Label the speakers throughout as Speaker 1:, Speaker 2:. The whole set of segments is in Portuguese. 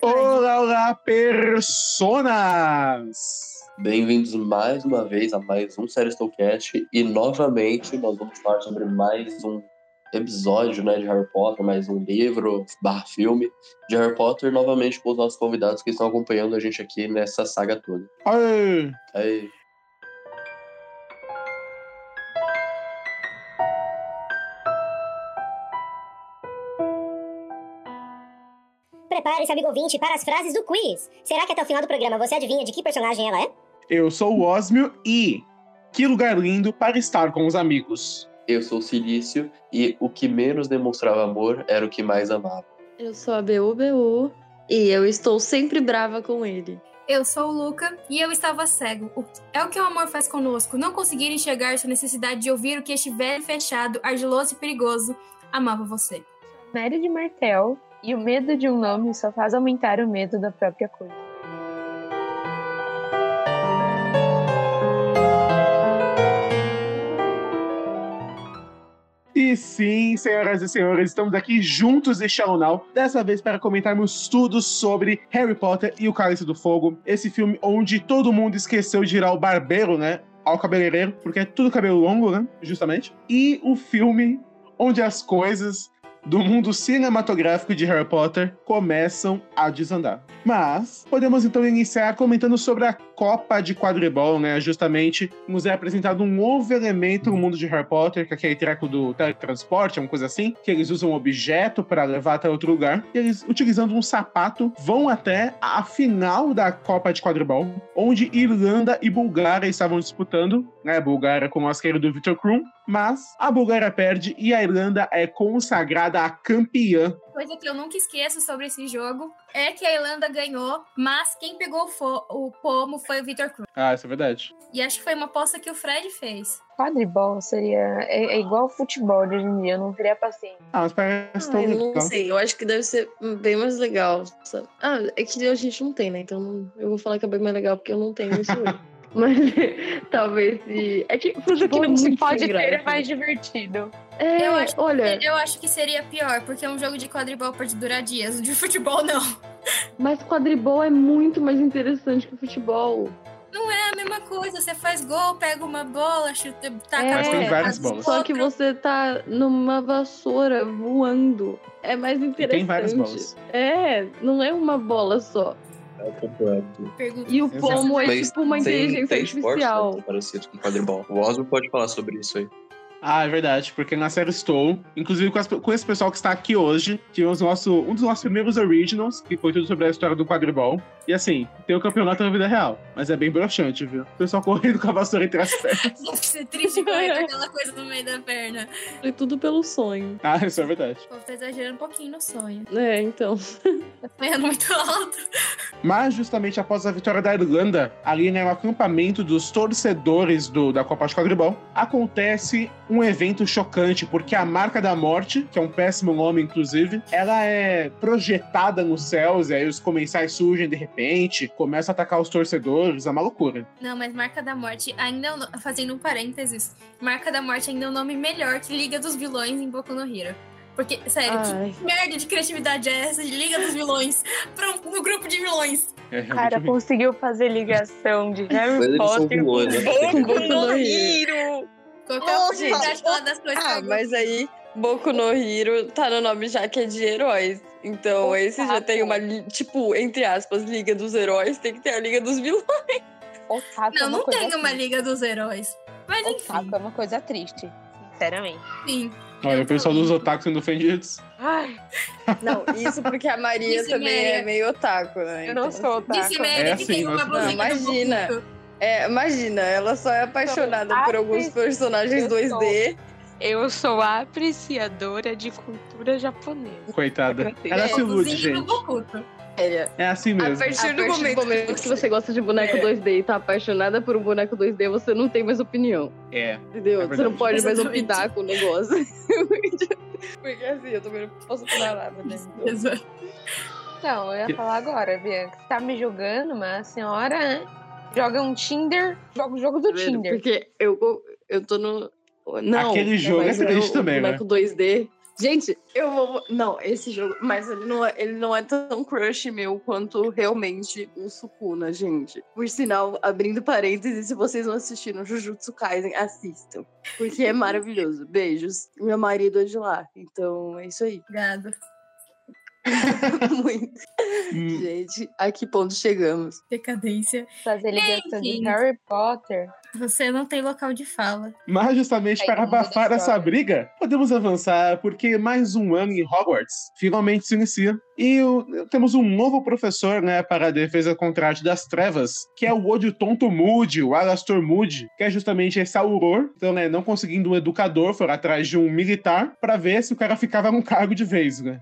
Speaker 1: Olá, olá, personas!
Speaker 2: Bem-vindos mais uma vez a mais um Série Stalkcast e novamente nós vamos falar sobre mais um episódio né, de Harry Potter, mais um livro, barra filme de Harry Potter, novamente com os nossos convidados que estão acompanhando a gente aqui nessa saga toda.
Speaker 1: Ah, Aê!
Speaker 2: Aí,
Speaker 3: Prepare-se, amigo ouvinte, para as frases do quiz. Será que até o final do programa você adivinha de que personagem ela é?
Speaker 1: Eu sou o Osmio e que lugar lindo para estar com os amigos.
Speaker 2: eu sou o Silício e o que menos demonstrava amor era o que mais amava.
Speaker 4: Eu sou a BUBU e eu estou sempre brava com ele.
Speaker 5: Eu sou o Luca e eu estava cego. O- É o que o amor faz conosco, não conseguir enxergar sua necessidade de ouvir o que este velho fechado, argiloso e perigoso amava você.
Speaker 6: Mary de Martel e o medo de um nome só faz aumentar o medo da própria coisa.
Speaker 1: E sim, senhoras e senhores, estamos aqui juntos de Shalonal, dessa vez para comentarmos tudo sobre Harry Potter e o Cálice do Fogo, esse filme onde todo mundo esqueceu de ir ao barbeiro, né? Ao cabeleireiro, porque é tudo cabelo longo, né? Justamente. E o filme onde as coisas do mundo cinematográfico de Harry Potter começam a desandar. Mas podemos então iniciar comentando sobre a Copa de Quadribol, né? Justamente nos é apresentado um novo elemento no mundo de Harry Potter, que é aquele treco do teletransporte, uma coisa assim, que eles usam um objeto para levar até outro lugar. E eles, utilizando um sapato, vão até a final da Copa de Quadribol, onde Irlanda e Bulgária estavam disputando, né? A Bulgária com o nosso querido Victor Krum, mas a Bulgária perde e a Irlanda é consagrada a campeã
Speaker 5: Coisa que eu nunca esqueço sobre esse jogo é que a Irlanda ganhou, mas quem pegou o, fo- o pomo foi o Victor Cruz.
Speaker 1: Ah, isso é verdade.
Speaker 5: E acho que foi uma aposta que o Fred fez.
Speaker 6: Quadribol seria. É, é igual ao futebol de hoje em dia, eu não teria paciência.
Speaker 1: Ah, mas parece tão
Speaker 4: eu não
Speaker 1: legal.
Speaker 4: sei, eu acho que deve ser bem mais legal. sabe? Ah, é que a gente não tem, né? Então não- eu vou falar que é bem mais legal porque eu não tenho isso hoje. Mas talvez se. É que futebol é
Speaker 6: se
Speaker 4: muito
Speaker 6: pode
Speaker 4: sem
Speaker 6: ter
Speaker 4: graça.
Speaker 6: é mais divertido.
Speaker 4: É,
Speaker 5: Eu acho
Speaker 4: olha,
Speaker 5: Eu acho que seria pior, porque um jogo de quadribol pode durar dias, de futebol não.
Speaker 4: mas quadribol é muito mais interessante que o futebol.
Speaker 5: Não é a mesma coisa, você faz gol, pega uma bola, chuta, taca
Speaker 4: É,
Speaker 5: a
Speaker 4: Mas tem
Speaker 5: bola,
Speaker 1: várias
Speaker 5: faz
Speaker 1: bolas.
Speaker 4: Só que
Speaker 5: outra.
Speaker 4: você tá numa vassoura voando. É mais
Speaker 1: E
Speaker 4: interessante.
Speaker 1: tem várias bolas.
Speaker 4: É, não é uma bola só.
Speaker 2: É o completo.
Speaker 5: Pergunta.
Speaker 4: E o
Speaker 1: Exato.
Speaker 4: pomo é
Speaker 2: Mas
Speaker 4: tipo uma
Speaker 2: tem,
Speaker 4: inteligência
Speaker 2: tem esporte
Speaker 4: artificial.
Speaker 2: né, parecido com quadribol. O Osmo pode falar sobre isso aí.
Speaker 1: Ah, é verdade, porque na série Stone, inclusive com, as- com esse pessoal que está aqui hoje, tivemos nosso, um dos nossos primeiros originals, que foi tudo sobre a história do quadribol. E assim, tem o campeonato na vida real, mas é bem broxante, viu? O pessoal correndo com a vassoura entre as pernas.
Speaker 5: Deve ser triste correr com aquela coisa no meio da perna.
Speaker 4: Foi É tudo pelo sonho.
Speaker 1: Ah, isso é verdade.
Speaker 5: O povo tá exagerando um pouquinho no sonho.
Speaker 4: É, então.
Speaker 5: Tá sonhando muito alto.
Speaker 1: Mas justamente após a vitória da Irlanda, ali né, no acampamento dos torcedores do- da Copa de Quadribol, acontece um evento chocante, porque a marca da morte, que é um péssimo nome, inclusive, ela é projetada nos céus, e aí os comensais surgem de repente, começam a atacar os torcedores, é uma loucura.
Speaker 5: Não, mas Marca da Morte ainda é um no- Fazendo um parênteses. Marca da Morte ainda é um nome melhor que Liga dos Vilões em Boku no Hero. Porque, sério,
Speaker 4: Ai.
Speaker 5: que merda de criatividade é essa de Liga dos Vilões pra um, um grupo de vilões?
Speaker 1: É
Speaker 6: O
Speaker 1: realmente
Speaker 6: cara
Speaker 1: horrível.
Speaker 6: conseguiu fazer ligação de
Speaker 2: Mas
Speaker 6: Harry
Speaker 2: eles são
Speaker 6: Potter com
Speaker 2: vilões, né?
Speaker 6: Boku
Speaker 4: Boku no
Speaker 6: no Hero.
Speaker 5: Qualquer
Speaker 4: Nossa,
Speaker 5: é oportunidade de falar das coisas.
Speaker 4: Ah,
Speaker 5: que eu-
Speaker 4: mas aí Boku no Hiro tá no nome já que é de heróis. Então, esse já tem uma, li- tipo, entre aspas, Liga dos Heróis, tem que ter a Liga dos Vilões.
Speaker 6: Otaku é
Speaker 5: Não,
Speaker 6: uma
Speaker 5: não
Speaker 6: coisa
Speaker 5: tem
Speaker 4: assim.
Speaker 5: uma
Speaker 6: triste.
Speaker 5: Liga dos Heróis. Mas enfim,
Speaker 6: Otaku é uma coisa triste, sinceramente.
Speaker 5: enfim.
Speaker 1: Olha, o pessoal dos otakus sendo ofendidos.
Speaker 6: Ai,
Speaker 4: Não, isso porque a Maria
Speaker 5: Disse
Speaker 4: também
Speaker 5: Maria.
Speaker 4: é meio otaku, né?
Speaker 6: eu não
Speaker 4: Então,
Speaker 6: sou otaku.
Speaker 5: Disse Mary
Speaker 1: É
Speaker 5: que
Speaker 1: assim,
Speaker 5: tem uma
Speaker 1: mas-
Speaker 5: blusinha
Speaker 4: Não, imagina.
Speaker 5: do Boku.
Speaker 4: É, imagina, ela só é apaixonada por alguns
Speaker 6: Apre-
Speaker 4: personagens
Speaker 6: Ah, Eu
Speaker 4: 2D.
Speaker 7: Eu sou a apreciadora de cultura japonesa.
Speaker 1: Coitada.
Speaker 7: Ela
Speaker 1: Ela se ilude,
Speaker 5: É, Blusinha do
Speaker 1: gente.
Speaker 5: Boku.
Speaker 1: É assim mesmo.
Speaker 4: partir
Speaker 7: do momento que você-
Speaker 4: gosta de boneco 2D e tá apaixonada por um boneco 2D, você não tem mais opinião.
Speaker 1: É.
Speaker 4: Entendeu?
Speaker 1: É
Speaker 4: você não
Speaker 1: verdade.
Speaker 4: pode mais
Speaker 5: Exatamente.
Speaker 4: opinar com o negócio. Porque assim, eu também não posso opinar nada, né? Então,
Speaker 6: Então, eu ia falar agora, Bianca. Você tá me julgando, mas a senhora joga um Tinder, joga o jogo do
Speaker 4: tá vendo?
Speaker 6: Tinder.
Speaker 4: Porque eu, eu tô no. Não,
Speaker 1: Aquele jogo é
Speaker 4: mas
Speaker 1: triste
Speaker 4: o
Speaker 1: também, né?
Speaker 4: boneco 2D. Gente, eu vou. Não, esse jogo. Mas ele não é, ele não é tão crush meu quanto realmente o Sukuna, gente. Por sinal, abrindo parênteses, se vocês não assistiram Jujutsu Kaisen, assistam. Porque é maravilhoso. Beijos. Meu marido é de lá. Então é isso aí.
Speaker 5: Obrigada.
Speaker 4: Muito.
Speaker 1: Hum,
Speaker 4: Gente, a que ponto chegamos?
Speaker 5: Decadência.
Speaker 6: Fazer ligação de
Speaker 5: Gente.
Speaker 6: Harry Potter.
Speaker 5: Você não tem local de fala.
Speaker 1: Mas justamente
Speaker 6: Aí
Speaker 1: para
Speaker 6: muda a
Speaker 1: abafar essa
Speaker 6: história.
Speaker 1: briga, podemos avançar, porque mais um ano em Hogwarts finalmente se inicia. E o- temos um novo professor né, para a defesa contra a arte das trevas, que é o ódio tonto Moody, o Alastor Moody, que é justamente esse auror. Então, né, não conseguindo um educador, foram atrás de um militar para ver se o cara ficava no cargo de vez, né?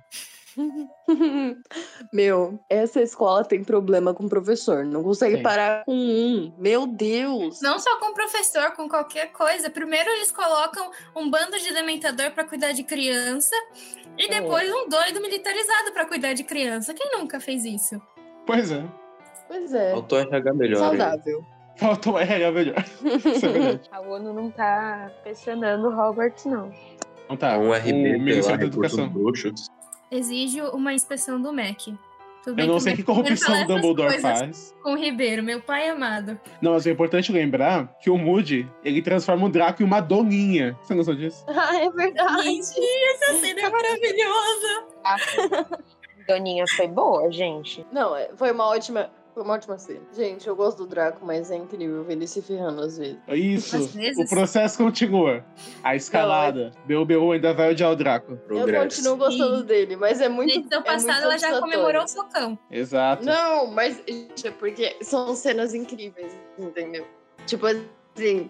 Speaker 4: Meu, essa escola tem problema com o professor. Não consegue
Speaker 1: Tem.
Speaker 4: parar com um. Meu Deus.
Speaker 5: Não só com professor, com qualquer coisa. Primeiro eles colocam um bando de dementador pra cuidar de criança e depois um doido militarizado pra cuidar de criança. Quem nunca fez isso?
Speaker 1: Pois é,
Speaker 4: Pois é.
Speaker 2: Faltou RH melhor. hein?
Speaker 4: Saudável.
Speaker 1: falta o RH melhor. Isso é verdade.
Speaker 6: A ONU não tá pressionando o Hogwarts, não.
Speaker 1: Então tá,
Speaker 2: Um
Speaker 1: o
Speaker 2: RB,
Speaker 1: Ministério
Speaker 2: Ministério
Speaker 1: da Educação.
Speaker 2: Bruxos.
Speaker 5: Exige uma inspeção do MEC. Tudo bem
Speaker 1: Eu não
Speaker 5: o
Speaker 1: sei que
Speaker 5: MEC
Speaker 1: corrupção o
Speaker 5: primeiro fala essas
Speaker 1: Dumbledore
Speaker 5: coisas
Speaker 1: faz.
Speaker 5: Com o Ribeiro, meu pai amado.
Speaker 1: Não, mas é importante lembrar que o Moody, ele transforma o Draco em uma doninha. Você não sabe disso?
Speaker 4: Ah, é verdade.
Speaker 5: Essa cena é maravilhosa.
Speaker 6: Ah, Doninha foi boa, gente.
Speaker 4: Não, é- foi uma ótima. Foi uma ótima cena. Gente, eu gosto do Draco, mas é incrível ver ele se ferrando às vezes.
Speaker 1: É Isso,
Speaker 5: Às vezes. é
Speaker 1: o processo continua. A escalada. BUBU ainda vai odiar o Draco.
Speaker 4: Eu
Speaker 2: Progresso.
Speaker 4: continuo gostando dele, mas é
Speaker 5: Na
Speaker 4: muito.
Speaker 5: edição
Speaker 4: é
Speaker 5: passada
Speaker 4: muito
Speaker 5: ela já
Speaker 4: satisfatório.
Speaker 5: comemorou o socão.
Speaker 1: Exato.
Speaker 4: Não, mas, gente, é porque são cenas incríveis, entendeu? Tipo assim,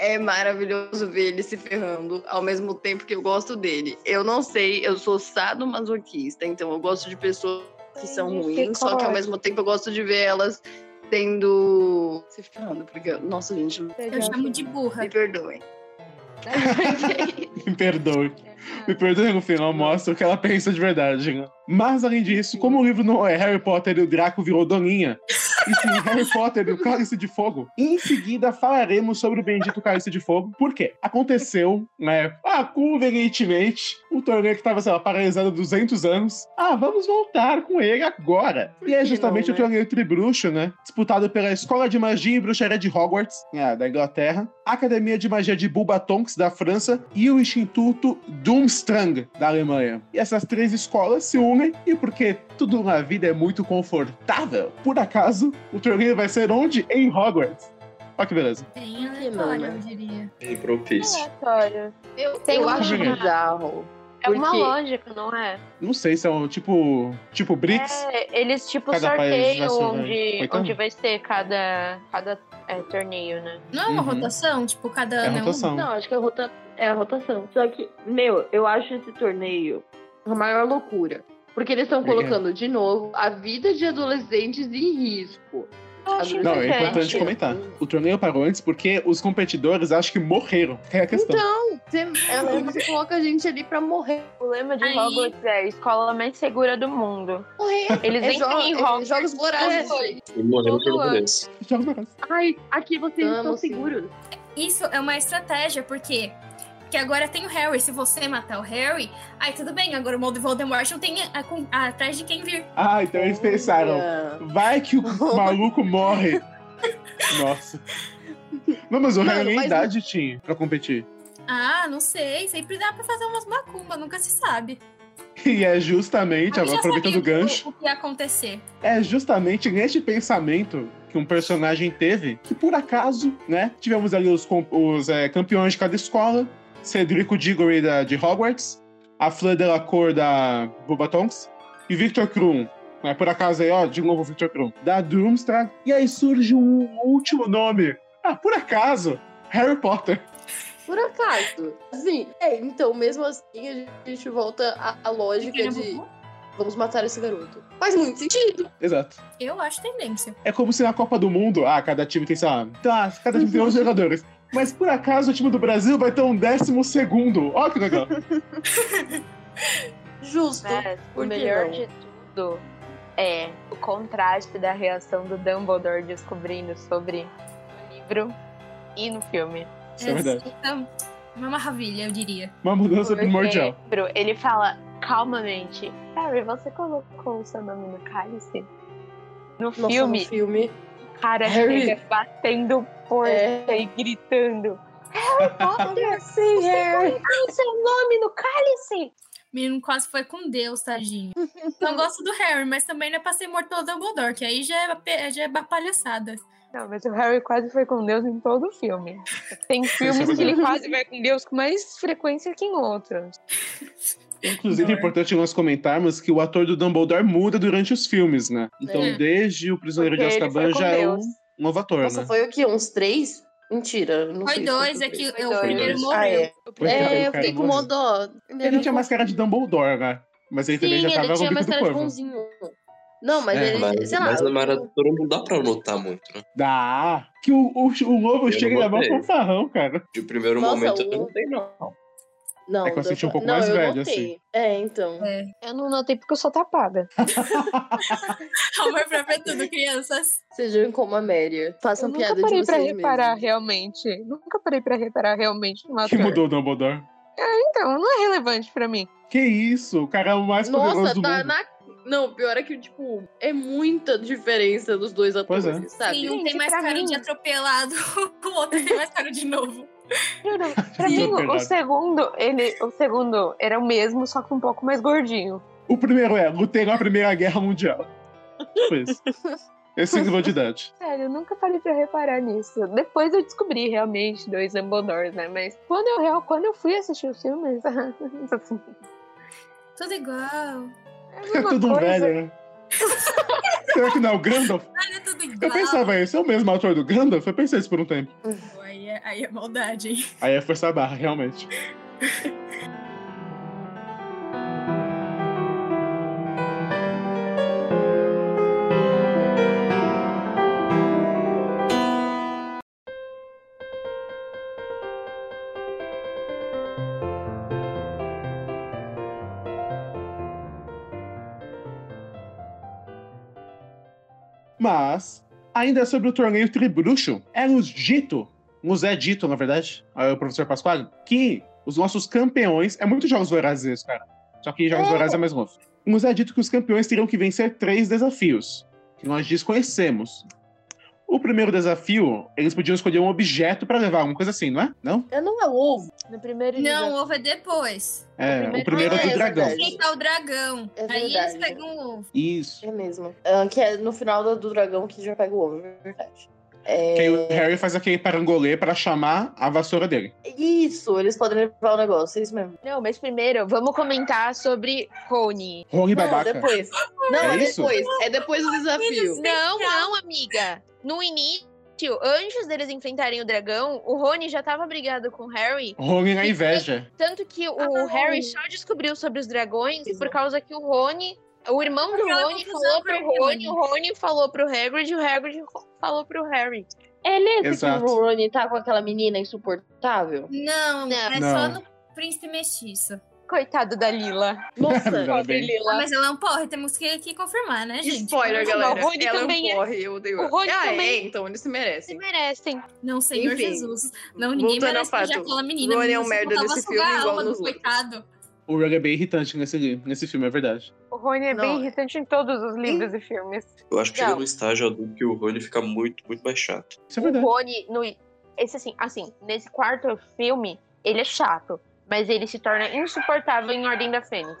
Speaker 4: é maravilhoso ver ele se ferrando ao mesmo tempo que eu gosto dele. Eu não sei, eu sou sadomasoquista, então eu gosto de pessoas que são
Speaker 6: Ai,
Speaker 4: ruins, só que ao
Speaker 6: misericórdia.
Speaker 4: mesmo tempo eu gosto de ver elas tendo. se ferrando, porque. eu- Nossa, gente,
Speaker 5: Eu chamo de burra.
Speaker 4: me perdoem.
Speaker 1: Me perdoe. Me perdoe no final, mostra o que ela pensa de verdade. né? Mas além disso, como o livro não é Harry Potter e o Draco virou doninha, e sim Harry Potter e o Cálice de Fogo, em seguida falaremos sobre o bendito Cálice de Fogo, porque aconteceu, né, ah, convenientemente, um torneio que estava, sei lá, paralisado há 200 anos. Ah, vamos voltar com ele agora. E é
Speaker 4: que
Speaker 1: justamente
Speaker 4: não,
Speaker 1: o
Speaker 4: né?
Speaker 1: torneio tribruxo, né, disputado pela Escola de Magia e Bruxaria de Hogwarts, né, da Inglaterra, a Academia de Magia de Bulbatonks, da França, e o Instituto Durmstrang, da Alemanha. E essas três escolas se unem, e porque tudo na vida é muito confortável, por acaso, o torneio vai ser onde? Em Hogwarts. Olha que beleza.
Speaker 5: Bem
Speaker 4: não,
Speaker 5: aleatório,
Speaker 4: né?
Speaker 5: um eu diria.
Speaker 2: Bem propício.
Speaker 6: Aleatório.
Speaker 4: Eu,
Speaker 6: Tem
Speaker 4: eu
Speaker 6: uma-
Speaker 4: acho bizarro.
Speaker 6: É uma
Speaker 4: Porque-
Speaker 6: lógica, não é?
Speaker 1: Não sei se é um tipo. Tipo BRICS.
Speaker 6: É, eles tipo
Speaker 1: Cada país vai
Speaker 6: sorteiam
Speaker 1: ser-
Speaker 6: onde,
Speaker 1: oitavo?
Speaker 6: onde vai ser cada, cada é, torneio, né?
Speaker 5: Não é uma
Speaker 1: Uhum.
Speaker 5: rotação? Tipo, cada
Speaker 1: É
Speaker 5: ano é um?
Speaker 1: rotação.
Speaker 4: Não, acho que é, rota... é a rotação. Só que, meu, eu acho esse torneio a maior loucura. Porque eles estão
Speaker 1: Por quê?
Speaker 4: colocando de novo a vida de adolescentes em risco.
Speaker 6: Eu acho
Speaker 1: Não, é
Speaker 4: Gente.
Speaker 1: importante comentar. O torneio parou antes porque os competidores acham que morreram. É a questão.
Speaker 4: Então, você, ela você coloca a gente ali pra morrer.
Speaker 6: O lema de
Speaker 5: Aí-
Speaker 6: Hogwarts é a escola mais segura do mundo.
Speaker 4: Morrer.
Speaker 6: Eles
Speaker 4: É
Speaker 6: nem
Speaker 4: jo-
Speaker 6: têm
Speaker 4: é
Speaker 6: Hogwarts.
Speaker 4: jogos vorazes.
Speaker 2: E morreu
Speaker 6: Todo
Speaker 2: por
Speaker 6: ano.
Speaker 2: desse.
Speaker 4: Então-
Speaker 1: Jogos Vorazes.
Speaker 4: Ai, aqui vocês
Speaker 6: Amo,
Speaker 4: estão
Speaker 6: sim.
Speaker 4: seguros.
Speaker 5: Isso é uma estratégia, porque que agora tem o Harry. Se você matar o Harry, aí tudo bem, agora o Molde Voldemort não tem a- com- a- atrás de quem vir.
Speaker 1: Ah, então eles pensaram.
Speaker 4: Olha.
Speaker 1: Vai que o maluco morre. Nossa. Não, mas o
Speaker 4: Mano,
Speaker 1: Harry nem
Speaker 4: mas-
Speaker 1: idade tinha pra competir.
Speaker 5: Ah, não sei, sempre dá pra fazer umas macumba, nunca se sabe.
Speaker 1: E é justamente,
Speaker 5: Mas já
Speaker 1: aproveitando
Speaker 5: sabia
Speaker 1: o gancho,
Speaker 5: O, o que ia acontecer.
Speaker 1: é justamente neste pensamento que um personagem teve que, por acaso, né, tivemos ali os, com- os, eh, campeões de cada escola, Cedrico Diggory da, de Hogwarts, a Fleur Delacour da Bulbatongs e Victor Krum. né, por acaso aí, ó, de novo o Victor Krum, da Durmstrang. E aí surge um último nome. Ah, por acaso, Harry Potter.
Speaker 4: Por acaso. Sim. É, então, mesmo assim, a gente- a gente volta à, à lógica de vamos matar esse garoto. Faz muito sentido.
Speaker 1: Exato.
Speaker 5: Eu acho tendência.
Speaker 1: É como se na Copa do Mundo, ah, cada time tem, sei lá, tá, cada time tem 11 jogadores. Mas por acaso o time do Brasil vai ter um décimo segundo. Ó que legal.
Speaker 4: Justo.
Speaker 6: Mas né? o
Speaker 4: Né? por que
Speaker 6: melhor
Speaker 4: não?
Speaker 6: de tudo é o contraste da reação do Dumbledore descobrindo sobre o livro e no filme.
Speaker 1: Isso é verdade.
Speaker 5: Essa- Uma maravilha, eu diria.
Speaker 1: Uma mudança
Speaker 6: Porque
Speaker 4: é.
Speaker 1: primordial.
Speaker 6: Bru, ele fala calmamente: Harry, você colocou o seu nome no cálice? No
Speaker 4: Nossa,
Speaker 6: filme,
Speaker 4: no filme.
Speaker 6: o cara
Speaker 4: Harry.
Speaker 6: chega batendo porta
Speaker 4: É.
Speaker 6: e gritando: Harry Potter,
Speaker 4: Sim, Harry.
Speaker 6: o seu nome no cálice?
Speaker 5: O menino quase foi com Deus, tadinho. Não gosto do Harry, mas também não é pra ser morto pelo Dumbledore, que aí já é, pe- já é ba- palhaçada.
Speaker 6: Não, mas o Harry quase foi com Deus em todo o filme. Tem filmes que ele quase vai com Deus com mais frequência que em outros.
Speaker 1: Inclusive, é
Speaker 5: Não é?
Speaker 1: importante nós comentarmos que o ator do Dumbledore muda durante os filmes, né? Então,
Speaker 5: É.
Speaker 1: desde o Prisioneiro
Speaker 6: Porque
Speaker 1: de
Speaker 6: ele foi
Speaker 1: Azkaban
Speaker 6: com
Speaker 1: já é um
Speaker 6: Deus.
Speaker 1: novo ator,
Speaker 4: Nossa,
Speaker 1: né?
Speaker 4: foi o quê? Uns três? Mentira. Não
Speaker 5: Foi
Speaker 4: sei se
Speaker 5: dois,
Speaker 4: foi
Speaker 5: é que
Speaker 4: três.
Speaker 5: o
Speaker 6: dois.
Speaker 5: primeiro
Speaker 4: Ah,
Speaker 5: morreu.
Speaker 1: O
Speaker 4: é. É,
Speaker 1: coitado do cara
Speaker 4: eu fiquei com
Speaker 1: morreu.
Speaker 4: mó dó.
Speaker 1: Ele tinha mais cara de Dumbledore, né? Mas ele também já
Speaker 4: Sim,
Speaker 1: tava
Speaker 4: ele tinha
Speaker 1: com o
Speaker 4: mais
Speaker 1: bico do
Speaker 4: cara de
Speaker 1: corvo.
Speaker 4: bonzinho. Não, mas
Speaker 1: É,
Speaker 4: ele,
Speaker 2: Mas,
Speaker 4: sei lá.
Speaker 2: mas na
Speaker 4: eu-
Speaker 2: maratona não dá pra notar muito, né?
Speaker 1: Dá! Que o, o, o ovo
Speaker 2: Eu
Speaker 1: chega
Speaker 2: não
Speaker 1: na mão
Speaker 2: gostei.
Speaker 1: com farrão, cara.
Speaker 2: De primeiro
Speaker 4: Nossa,
Speaker 2: momento
Speaker 4: o-
Speaker 2: eu não tenho, não.
Speaker 4: Não,
Speaker 1: É que eu assisti um
Speaker 4: deu-
Speaker 1: pouco
Speaker 4: não,
Speaker 1: mais
Speaker 4: eu
Speaker 1: velho,
Speaker 4: notei.
Speaker 1: assim.
Speaker 4: É, então.
Speaker 5: É.
Speaker 6: Eu não notei porque eu sou tapada.
Speaker 5: Amor próprio é tudo, crianças.
Speaker 4: Sejam como a Mary.
Speaker 6: Eu
Speaker 4: Façam
Speaker 6: nunca
Speaker 4: é piada de
Speaker 6: parei
Speaker 4: vocês
Speaker 6: pra reparar
Speaker 4: mesmos.
Speaker 6: realmente. Nunca parei pra reparar realmente no
Speaker 1: Que
Speaker 6: ator.
Speaker 1: mudou o Dumbledore.
Speaker 6: Então, não é relevante pra mim.
Speaker 1: Que isso? O cara é o mais poderoso
Speaker 4: Nossa,
Speaker 1: do
Speaker 4: tá
Speaker 1: mundo.
Speaker 4: na... Não, pior é que, tipo, é muita diferença dos dois
Speaker 1: Pois
Speaker 4: atores,
Speaker 1: é.
Speaker 4: sabe?
Speaker 5: Sim, um
Speaker 6: Gente,
Speaker 5: tem mais
Speaker 6: pra
Speaker 5: cara de
Speaker 6: mim-
Speaker 5: atropelado, o outro tem mais cara de novo.
Speaker 6: Juro, pra mim, o- o
Speaker 1: Atropelado.
Speaker 6: segundo, ele, o segundo era o mesmo, só que um pouco mais gordinho.
Speaker 1: O primeiro é, lutei na Primeira Guerra Mundial. Tipo isso. Esse nível de idade.
Speaker 6: Sério, eu nunca parei pra reparar nisso. Depois eu descobri realmente dois Dumbledores, né? Mas quando eu, real- quando eu fui assistir os filmes, é a
Speaker 5: Tudo igual.
Speaker 1: É
Speaker 6: mesma
Speaker 1: tudo um
Speaker 6: coisa.
Speaker 1: velho, né? Será que não é o Gandalf?
Speaker 5: Olha, tudo igual.
Speaker 1: Eu pensava isso, é o mesmo ator do Gandalf? Eu pensei isso por um tempo.
Speaker 5: Pô, Aí é, aí é maldade, hein?
Speaker 1: Aí é força barra, realmente. Mas, ainda sobre o torneio Tribruxo, é-nos dito nos é dito, na verdade, ao professor Pasquale, que os nossos campeões. É muito Jogos Vorazes isso, cara. Só que Jogos Vorazes é mais novo. Nos é dito que os campeões teriam que vencer três desafios, que nós desconhecemos. O primeiro desafio, eles podiam escolher um objeto pra levar, alguma coisa assim, não é? Não?
Speaker 4: É, não é ovo.
Speaker 6: No primeiro
Speaker 5: Não, o ovo é depois.
Speaker 1: É, o
Speaker 6: O primeiro-
Speaker 1: primeiro é
Speaker 4: Ah,
Speaker 1: do
Speaker 4: é
Speaker 1: dragão.
Speaker 4: verdade.
Speaker 5: Quem tá o dragão.
Speaker 4: É
Speaker 5: aí
Speaker 4: verdade.
Speaker 5: eles pegam o ovo.
Speaker 1: Isso.
Speaker 4: É mesmo. Ah, que é no final do, do dragão que já pega o ovo, é verdade.
Speaker 1: Que aí
Speaker 4: É...
Speaker 1: o Harry faz aquele parangolê pra chamar a vassoura dele.
Speaker 4: Isso, eles podem levar o negócio, é isso mesmo.
Speaker 6: Não, mas primeiro, vamos comentar sobre Rony.
Speaker 1: Rony
Speaker 4: não,
Speaker 1: babaca.
Speaker 4: depois. Não,
Speaker 1: É
Speaker 4: é,
Speaker 1: isso?
Speaker 4: depois. É depois do desafio.
Speaker 6: Não, não, amiga. No início, antes deles enfrentarem o dragão, o Rony já tava brigado com o Harry.
Speaker 1: Rony na inveja.
Speaker 6: Tanto que o Harry só descobriu sobre os dragões por causa que o Rony, o irmão do
Speaker 5: Aquela
Speaker 6: Rony
Speaker 5: confusão
Speaker 6: falou
Speaker 5: com
Speaker 6: pro
Speaker 5: o
Speaker 6: Rony, o Rony falou pro Hagrid, o Hagrid falou pro Harry.
Speaker 4: É nesse
Speaker 1: Exato.
Speaker 4: que o Rony tá com aquela menina insuportável?
Speaker 5: Não,
Speaker 6: Não.
Speaker 5: é
Speaker 1: Não.
Speaker 5: só no príncipe mestiço.
Speaker 6: Coitado da Lila.
Speaker 4: Nossa,
Speaker 1: Ainda bem.
Speaker 5: Ah, mas ela é um porra, temos que, que confirmar, né, gente?
Speaker 4: spoiler,
Speaker 6: Não,
Speaker 4: galera.
Speaker 6: o Rony
Speaker 4: ela
Speaker 6: também
Speaker 4: é
Speaker 6: é-
Speaker 4: um porre, eu odeio
Speaker 6: o
Speaker 4: ela.
Speaker 6: Rony
Speaker 4: ah,
Speaker 6: também-
Speaker 4: é, então eles se
Speaker 6: Se
Speaker 4: merecem.
Speaker 6: merecem.
Speaker 5: Não, Senhor
Speaker 4: Enfim.
Speaker 5: Jesus. Não, ninguém
Speaker 4: Voltando
Speaker 5: merece
Speaker 4: ao
Speaker 5: beijar
Speaker 4: fato,
Speaker 5: aquela menina.
Speaker 4: Rony é um
Speaker 5: menina,
Speaker 4: merda
Speaker 5: só faltava
Speaker 4: nesse
Speaker 5: sugar
Speaker 4: filme,
Speaker 5: a
Speaker 4: igual
Speaker 5: alma do
Speaker 4: nos outros.
Speaker 5: coitado.
Speaker 1: O Rony é bem irritante nesse, nesse filme, é verdade.
Speaker 6: O Rony é
Speaker 4: Não,
Speaker 6: bem
Speaker 4: é-
Speaker 6: irritante em todos os livros e filmes.
Speaker 2: Eu acho que chega
Speaker 6: Não.
Speaker 2: no estágio adulto que o Rony fica muito, muito mais chato.
Speaker 1: Isso é
Speaker 6: O
Speaker 1: verdade.
Speaker 6: Rony, no, esse assim, assim, nesse quarto filme, ele é chato. Mas ele se torna insuportável em Ordem da Fênix.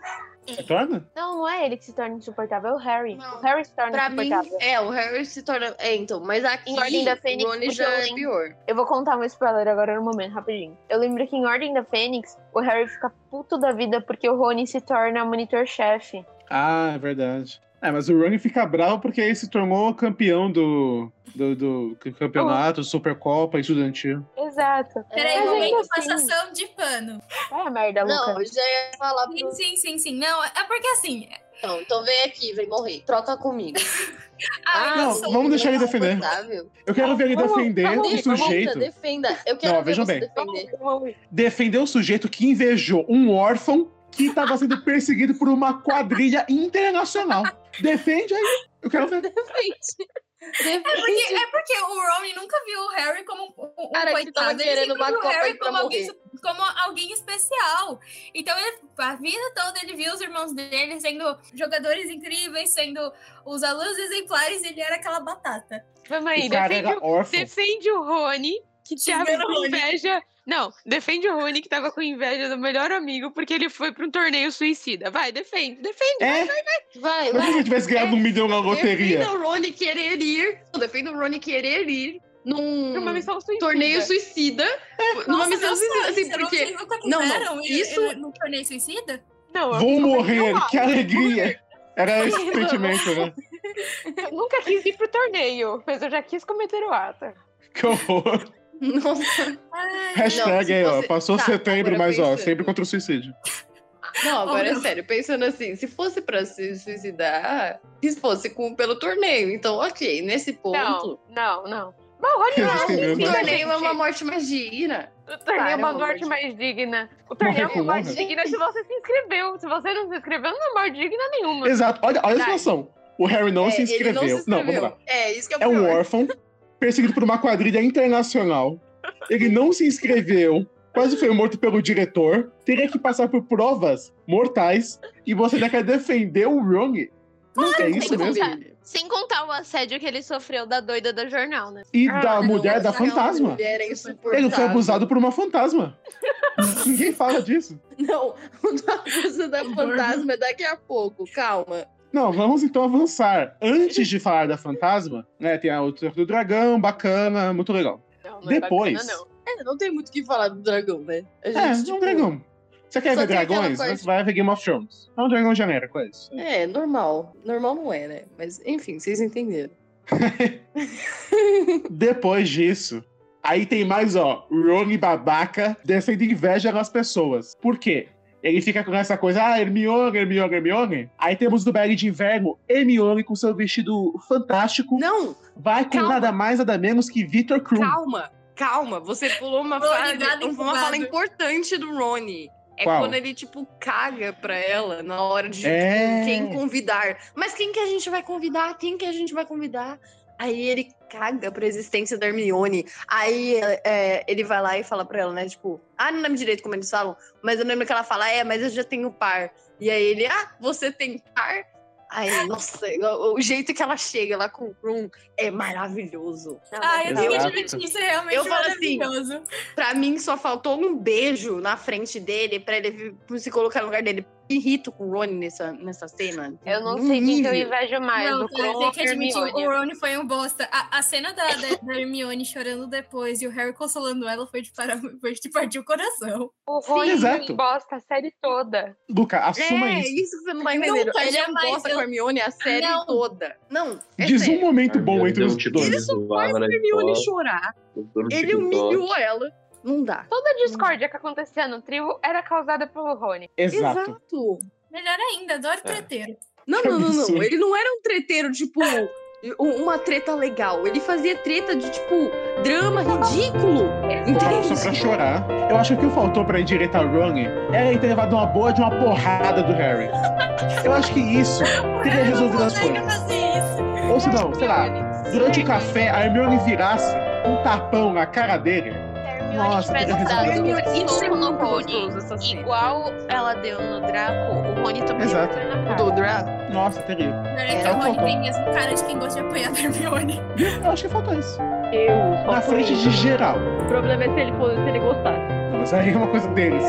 Speaker 1: Se torna?
Speaker 6: Não, não é ele que se torna insuportável, é o Harry.
Speaker 4: Não.
Speaker 6: O Harry se torna
Speaker 4: Pra mim,
Speaker 6: insuportável.
Speaker 4: é, o Harry se torna. É, então, mas aqui
Speaker 6: Em Ordem da Fênix,
Speaker 4: o Rony
Speaker 6: o
Speaker 4: já é
Speaker 6: Jolen.
Speaker 4: pior.
Speaker 6: Eu vou contar um spoiler agora no momento, rapidinho. Eu lembro que em Ordem da Fênix, o Harry fica puto da vida porque o Rony se torna monitor-chefe.
Speaker 1: Ah, é verdade. É, mas o Rony fica bravo porque ele se tornou campeão do, do, do campeonato, Supercopa estudantil.
Speaker 6: Exato.
Speaker 5: Peraí,
Speaker 4: É,
Speaker 6: Mas
Speaker 5: momento
Speaker 6: ainda assim-
Speaker 5: passação de pano.
Speaker 6: Vai a merda,
Speaker 4: Não,
Speaker 6: Luca.
Speaker 4: eu já ia falar
Speaker 5: Sim,
Speaker 4: pro.
Speaker 5: sim, sim, sim. Não, é porque assim.
Speaker 4: Então, então vem aqui, vem morrer. Troca comigo.
Speaker 5: Ah,
Speaker 1: não,
Speaker 5: sou-
Speaker 1: vamos deixar ele defender.
Speaker 4: é insuportável.
Speaker 1: Eu quero ver ele
Speaker 6: Vamos-
Speaker 1: defender
Speaker 6: vamos-
Speaker 1: o
Speaker 6: vamos-
Speaker 1: sujeito.
Speaker 4: defenda. Eu quero
Speaker 1: Não,
Speaker 4: ver
Speaker 1: vejam
Speaker 4: você
Speaker 1: bem.
Speaker 4: defender.
Speaker 1: defender o sujeito que invejou um órfão que estava sendo perseguido por uma quadrilha internacional. Defende aí. Eu quero ver.
Speaker 4: Defende.
Speaker 5: É
Speaker 4: Defende.
Speaker 5: porque, é porque o Rony nunca viu o Harry como um, um
Speaker 4: Cara que
Speaker 5: coitado.
Speaker 4: tava
Speaker 5: Ele
Speaker 4: querendo
Speaker 5: sempre
Speaker 4: uma
Speaker 5: viu o
Speaker 4: Copa
Speaker 5: Harry
Speaker 4: pra
Speaker 5: como alguém,
Speaker 4: morrer.
Speaker 5: su- como alguém especial. Então, ele- a vida toda ele viu os irmãos dele sendo jogadores incríveis, sendo os alunos exemplares, e ele era aquela batata.
Speaker 7: Vamos aí,
Speaker 1: O cara
Speaker 7: defende,
Speaker 1: era
Speaker 7: o-
Speaker 1: órfão.
Speaker 7: defende o Rony, que
Speaker 5: Xingando
Speaker 7: tava
Speaker 5: o
Speaker 7: com
Speaker 5: Rony.
Speaker 7: inveja. Não, defende o Rony, que tava com inveja do melhor amigo, porque ele foi pra um torneio suicida. Vai, defende, defende.
Speaker 1: É, mas
Speaker 4: Vai, vai.
Speaker 1: se ele tivesse ganhado um milhão na loteria.
Speaker 4: Defenda o Rony querer ir. Defenda o Rony querer ir
Speaker 7: Pra uma
Speaker 4: num
Speaker 7: missão suicida.
Speaker 4: torneio suicida. numa
Speaker 5: Nossa,
Speaker 4: missão
Speaker 5: meu
Speaker 4: suicida,
Speaker 5: sonho,
Speaker 4: assim,
Speaker 5: será que
Speaker 4: porque.
Speaker 5: eles nunca
Speaker 4: Não, não,
Speaker 5: fizeram e-
Speaker 4: isso-
Speaker 5: e no torneio um suicida?
Speaker 7: Não, eu
Speaker 1: Vou
Speaker 7: nunca-
Speaker 1: morrer,
Speaker 7: não,
Speaker 1: que alegria. Era esse o sentimento, né?
Speaker 6: Eu nunca quis ir pro torneio, mas eu já quis cometer o ato.
Speaker 1: Que horror.
Speaker 4: Nossa.
Speaker 5: Ai,
Speaker 1: Hashtag
Speaker 4: se
Speaker 1: aí, ó.
Speaker 4: você-
Speaker 1: Passou
Speaker 4: tá,
Speaker 1: setembro,
Speaker 4: agora
Speaker 1: mas ó,
Speaker 4: pensando.
Speaker 1: sempre contra o suicídio.
Speaker 4: Não, agora
Speaker 5: Oh,
Speaker 4: é
Speaker 5: não.
Speaker 4: sério. Pensando assim, se fosse pra se suicidar, se fosse com, pelo torneio. Então, ok, nesse ponto.
Speaker 6: Não, não, não. Mas o Rony
Speaker 1: Eu
Speaker 6: não é
Speaker 1: acho que
Speaker 6: assim,
Speaker 1: eu
Speaker 4: O
Speaker 1: não-
Speaker 4: torneio é uma
Speaker 6: gente.
Speaker 4: morte magia.
Speaker 6: O torneio é uma
Speaker 4: Claro,
Speaker 6: morte
Speaker 4: amor.
Speaker 6: mais digna. O torneio é
Speaker 1: Morrer
Speaker 6: uma
Speaker 1: com
Speaker 6: morte
Speaker 1: honra.
Speaker 6: digna se você se inscreveu. Se você não se inscreveu, não é morte digna nenhuma.
Speaker 1: Exato. Olha, olha a
Speaker 4: Verdade.
Speaker 1: situação. O Harry não
Speaker 4: Tá. É,
Speaker 1: se
Speaker 4: ele
Speaker 1: inscreveu.
Speaker 4: não se
Speaker 1: Não, vamos
Speaker 4: inscreveu.
Speaker 1: lá.
Speaker 4: É, isso que é o
Speaker 1: É um
Speaker 4: pior.
Speaker 1: órfão, perseguido por uma quadrilha internacional. Ele não se inscreveu, quase foi morto pelo diretor. Teria que passar por provas mortais. E você ainda quer defender o Rony? Não, é isso
Speaker 7: tem como
Speaker 1: mesmo.
Speaker 7: usar. Sem contar o assédio que ele sofreu da doida do jornal, né?
Speaker 1: E
Speaker 6: Ah,
Speaker 1: da
Speaker 4: Não,
Speaker 1: mulher da
Speaker 4: aquela
Speaker 1: fantasma.
Speaker 4: mulher é
Speaker 1: Ele foi
Speaker 4: insuportável.
Speaker 1: abusado por uma fantasma. Ninguém fala disso.
Speaker 4: Não, o abuso da fantasma é daqui a pouco, calma.
Speaker 1: Não, vamos então avançar. Antes de falar da fantasma, né? Tem a outra do dragão, bacana, muito legal.
Speaker 7: Não,
Speaker 1: não é Depois. bacana, não.
Speaker 4: É, não tem muito o que falar do dragão, né? A
Speaker 1: É,
Speaker 4: gente,
Speaker 1: é um
Speaker 4: tipo,
Speaker 1: dragão. Você quer
Speaker 4: só
Speaker 1: ver
Speaker 4: tem aquela
Speaker 1: dragões?
Speaker 4: coisa-
Speaker 1: Você vai ver Game of Thrones. É um dragão genérico, é isso.
Speaker 4: É, normal. Normal não é, né? Mas, enfim, vocês entenderam.
Speaker 1: Depois disso, aí tem mais, ó, Rony babaca descendo inveja nas pessoas. Por quê? Ele fica com essa coisa, ah, Hermione, Hermione, Hermione. Aí temos do baile de inverno, Hermione com seu vestido fantástico,
Speaker 4: Não,
Speaker 1: vai com
Speaker 4: calma.
Speaker 1: nada mais, nada menos que Victor Krum.
Speaker 4: calma, calma. Você pulou uma
Speaker 5: Rony,
Speaker 4: fala,
Speaker 5: nada
Speaker 4: uma
Speaker 5: empolgado.
Speaker 4: fala importante do Rony. É
Speaker 1: Qual?
Speaker 4: quando ele, tipo, caga pra ela na hora de
Speaker 1: É.
Speaker 4: tipo, quem convidar. Mas quem que a gente vai convidar? Quem que a gente vai convidar? Aí ele caga pra existência da Hermione. Aí é, ele vai lá e fala pra ela, né? Tipo, ah, não lembro direito como eles falam, mas eu lembro que ela fala, é, mas eu já tenho par. E aí ele, ah, você tem par? Aí, nossa, o, o jeito que ela chega lá com o Room é maravilhoso.
Speaker 5: Ai, Ah, eu queria
Speaker 1: Exato.
Speaker 5: admitir isso, é realmente
Speaker 4: Eu falo assim,
Speaker 5: maravilhoso.
Speaker 4: Pra mim, só faltou um beijo na frente dele pra ele vi- se colocar no lugar dele. Me irrito com o Rony nessa, nessa cena.
Speaker 6: Eu não
Speaker 4: Num
Speaker 6: sei quem que eu
Speaker 4: nível.
Speaker 6: invejo mais.
Speaker 5: Não,
Speaker 6: o Kron
Speaker 5: cara,
Speaker 6: ou
Speaker 5: tem que
Speaker 6: a
Speaker 5: admitir,
Speaker 6: Hermione.
Speaker 5: o Rony foi um bosta. A, a cena da, da- da Hermione chorando depois e o Harry consolando ela foi de, para, foi de partir o coração.
Speaker 6: O Rony
Speaker 1: exato.
Speaker 6: bosta a série toda.
Speaker 1: Luca, assuma
Speaker 4: É,
Speaker 1: isso.
Speaker 4: isso que você não tá
Speaker 5: Nunca,
Speaker 4: entendendo. Ele é um
Speaker 5: jamais,
Speaker 4: bosta
Speaker 5: eu-
Speaker 4: com a Hermione a série
Speaker 5: Não.
Speaker 4: toda. Não, é
Speaker 1: Diz um
Speaker 4: sério.
Speaker 1: momento bom
Speaker 2: Hermione
Speaker 1: entre
Speaker 2: deu
Speaker 1: os
Speaker 2: um título
Speaker 1: dois.
Speaker 4: Ele só faz
Speaker 2: zoava
Speaker 4: a
Speaker 2: na
Speaker 4: Hermione
Speaker 2: escola,
Speaker 4: chorar.
Speaker 2: todo
Speaker 4: Ele
Speaker 2: mundo
Speaker 4: humilhou ela. Não dá.
Speaker 6: Toda a discórdia que acontecia no trio era causada pelo Rony.
Speaker 1: Exato.
Speaker 5: Melhor ainda,
Speaker 1: É.
Speaker 5: adoro treteiro.
Speaker 4: Não,
Speaker 1: Que
Speaker 4: não, não, não.
Speaker 1: absurdo.
Speaker 4: Ele não era um treteiro, tipo, um- uma treta legal. Ele fazia treta de, tipo, drama ridículo.
Speaker 1: Fala Só pra chorar. Eu acho que o que faltou pra endireitar o Rony era ele ter levado uma boa de uma porrada do Harry. Eu acho que isso teria resolvido as
Speaker 5: consegue
Speaker 1: coisas.
Speaker 5: fazer isso.
Speaker 1: Ou se não, Então, sei lá,
Speaker 7: Hermione,
Speaker 1: durante
Speaker 7: se
Speaker 1: o café a Hermione virasse um tapão na cara dele.
Speaker 7: Hermione
Speaker 1: Nossa,
Speaker 7: tivesse
Speaker 1: teria
Speaker 7: dado
Speaker 1: resolvido.
Speaker 7: um
Speaker 4: Isso é
Speaker 7: soco no
Speaker 4: muito
Speaker 7: Rony,
Speaker 4: gostoso, essa cena.
Speaker 7: igual ela deu no Draco, o Rony também
Speaker 1: Exato. Ah,
Speaker 7: deu na cara.
Speaker 4: Do Draco.
Speaker 1: Nossa, teria.
Speaker 5: Melhor é que
Speaker 4: É,
Speaker 5: o Rony
Speaker 6: tá
Speaker 1: faltou.
Speaker 5: tem mesmo cara de quem gosta de apanhar da Hermione.
Speaker 1: Eu acho que faltou isso.
Speaker 6: Eu,
Speaker 1: Na frente de geral.
Speaker 6: O problema é se ele, for, se ele gostar.
Speaker 1: Não, Mas aí é uma coisa deles.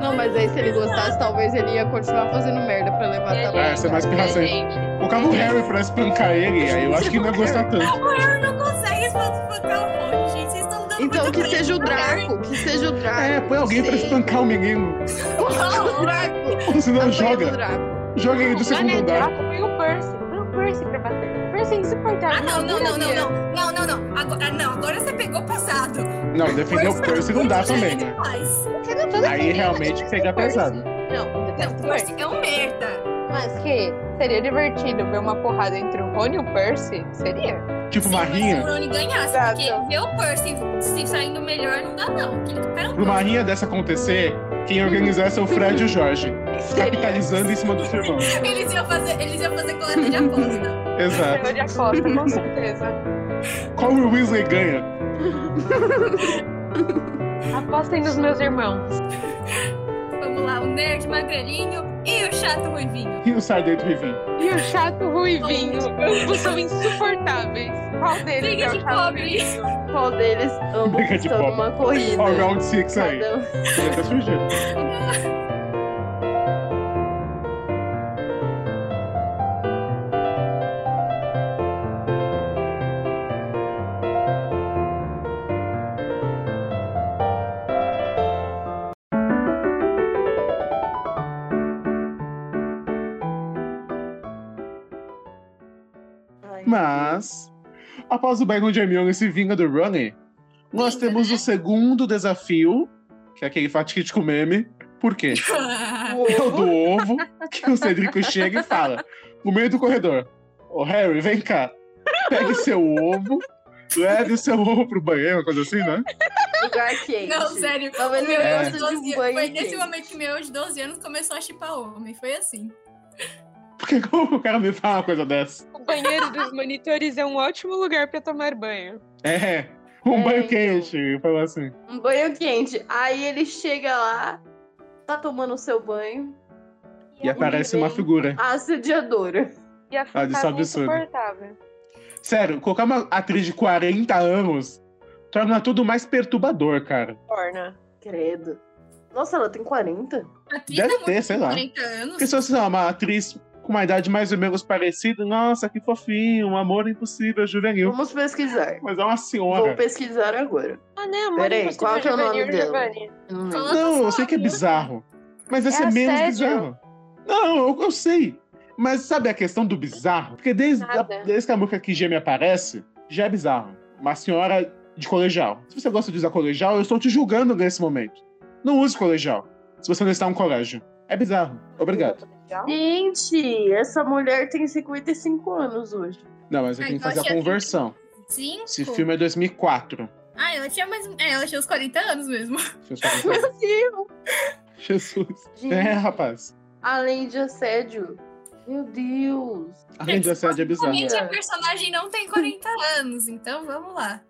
Speaker 4: Não, mas aí se ele gostasse, talvez ele ia continuar fazendo merda pra levar
Speaker 7: É,
Speaker 4: a
Speaker 1: É, essa é mais
Speaker 7: É,
Speaker 1: pirração.
Speaker 7: gente,
Speaker 1: Colocava o Harry pra espancar ele, aí eu acho que não ia gostar tanto.
Speaker 5: O Harry não consegue espancar o Rony, gente. Vocês estão dando
Speaker 4: Então
Speaker 5: muito
Speaker 4: que
Speaker 5: crédito
Speaker 4: seja o
Speaker 5: pro Harry.
Speaker 4: Draco, que seja o Draco.
Speaker 1: É, põe alguém pra
Speaker 4: Sei.
Speaker 1: espancar o menino.
Speaker 4: Põe o Draco.
Speaker 1: Ou se não,
Speaker 4: Apanha do
Speaker 1: joga.
Speaker 4: Draco.
Speaker 1: Joga ele do segundo
Speaker 6: Olha,
Speaker 1: andar.
Speaker 6: Draco foi o Percy. Foi o Percy pra bater. Percy é insuportável.
Speaker 5: Ah, não, não, não, não, não. Não, não, não. Agora, ah, não, agora você pegou pesado.
Speaker 1: Não, defender o Percy não
Speaker 5: é
Speaker 1: dá também.
Speaker 7: você não tá
Speaker 1: Aí realmente pega pesado.
Speaker 7: Não,
Speaker 5: Não,
Speaker 7: detesto
Speaker 5: o
Speaker 7: Percy.
Speaker 5: Percy é um merda.
Speaker 6: Mas que seria divertido ver uma porrada entre o Rony e o Percy? Seria.
Speaker 1: Tipo
Speaker 5: Sim, mas Se
Speaker 1: Marrinha.
Speaker 5: o Rony ganhasse,
Speaker 6: Exato.
Speaker 5: porque ver o Percy se saindo melhor não dá, não. Porque ele cara, não
Speaker 1: Pro Marrinha dessa acontecer, quem organizasse é o Fred e o Jorge. Capitalizando em cima dos irmãos.
Speaker 5: Eles iam fazer, eles iam fazer coleta de aposta.
Speaker 1: Exato.
Speaker 6: Eu de aposta, com certeza.
Speaker 1: Qual o Weasley ganha?
Speaker 6: Apostem nos meus irmãos.
Speaker 5: Vamos lá, o nerd magrelinho e o chato ruivinho.
Speaker 1: E o Sargento Rivinho?
Speaker 7: E o chato ruivinho. Ambos são insuportáveis. Qual deles
Speaker 5: Briga
Speaker 7: é o
Speaker 5: de
Speaker 7: chato
Speaker 5: pobre.
Speaker 7: ruivinho?
Speaker 4: Qual deles ambos
Speaker 1: Briga de
Speaker 4: estão
Speaker 1: pop.
Speaker 4: numa
Speaker 1: Olha o
Speaker 4: corrida?
Speaker 1: round 6 aí.
Speaker 4: Cada um-
Speaker 1: Já tá surgindo.
Speaker 4: Ai,
Speaker 1: Mas, após o Byron de Hermione se vinga do Ronnie, nós
Speaker 5: Vinga,
Speaker 1: temos
Speaker 5: né?
Speaker 1: o segundo desafio, que é aquele fatídico meme. Por quê?
Speaker 5: Ah,
Speaker 1: É o do ovo, que o Cedrico chega e fala, no meio do corredor, ô Harry, vem cá, pegue seu ovo, leve seu ovo pro banheiro, uma coisa assim, né?
Speaker 4: Lugar quente.
Speaker 5: Não, sério.
Speaker 4: Tá vendo?
Speaker 5: O meu
Speaker 1: É.
Speaker 5: eu de 12
Speaker 4: Banho
Speaker 5: Foi nesse
Speaker 4: quente.
Speaker 5: momento que meu eu de 12 anos começou a chipar homem. Foi assim.
Speaker 1: Porque como o cara me fala uma coisa dessa?
Speaker 7: O banheiro dos monitores é um ótimo lugar pra tomar banho.
Speaker 1: É, um
Speaker 4: É,
Speaker 1: banho
Speaker 4: então.
Speaker 1: quente, falou assim.
Speaker 4: Um banho quente. Aí ele chega lá, tá tomando o seu banho.
Speaker 1: E
Speaker 7: É um
Speaker 1: aparece uma
Speaker 4: vem
Speaker 1: figura.
Speaker 4: A assediadora.
Speaker 6: E a
Speaker 1: isso é
Speaker 6: fantasma
Speaker 1: absurdo.
Speaker 6: insuportável.
Speaker 1: Sério, colocar uma atriz de 40 anos torna tudo mais perturbador, cara.
Speaker 6: Torna.
Speaker 4: Credo. Nossa, ela tem 40?
Speaker 5: A atriz
Speaker 1: Deve
Speaker 5: é muito
Speaker 1: ter, sei lá.
Speaker 5: 30 anos.
Speaker 1: Porque se você é uma atriz com uma idade mais ou menos parecida, nossa, que fofinho, um amor impossível, juvenil.
Speaker 4: Vamos pesquisar.
Speaker 1: Mas é uma
Speaker 4: Vou
Speaker 1: senhora.
Speaker 4: pesquisar agora.
Speaker 7: Ah, né, amor?
Speaker 4: Peraí,
Speaker 7: Impossível
Speaker 4: qual que é o nome
Speaker 7: Juvenil,
Speaker 4: dela?
Speaker 7: Giovanni.
Speaker 4: Não lembro.
Speaker 5: Falando
Speaker 1: Não, eu sei
Speaker 5: sobre
Speaker 1: que é bizarro. Mas esse
Speaker 6: É
Speaker 1: é, menos
Speaker 6: assédio.
Speaker 1: bizarro. Não, eu, eu sei. Mas sabe a questão do bizarro? Porque desde, a,
Speaker 6: Nada.
Speaker 1: desde que a música que gêmea aparece, já é bizarro. Uma senhora de colegial. Se você gosta de usar colegial, eu estou te julgando nesse momento. Não use colegial. Se você não está em um colégio. É bizarro. Obrigado.
Speaker 4: Gente, essa mulher tem 55 anos hoje.
Speaker 1: Não, mas eu
Speaker 5: Ai,
Speaker 1: tenho que
Speaker 5: eu
Speaker 1: fazer a
Speaker 5: achei
Speaker 1: conversão.
Speaker 5: Cinco?
Speaker 1: Esse filme é 2004.
Speaker 5: Ah, ela tinha mais. É, ela tinha uns 40 anos mesmo.
Speaker 1: Deixa eu só contar.
Speaker 4: Meu Deus!
Speaker 1: Jesus.
Speaker 4: Gente,
Speaker 1: É, rapaz.
Speaker 4: além de assédio. Meu Deus!
Speaker 1: Além de assédio, é bizarro.
Speaker 5: Realmente a personagem não tem 40 anos, então vamos lá.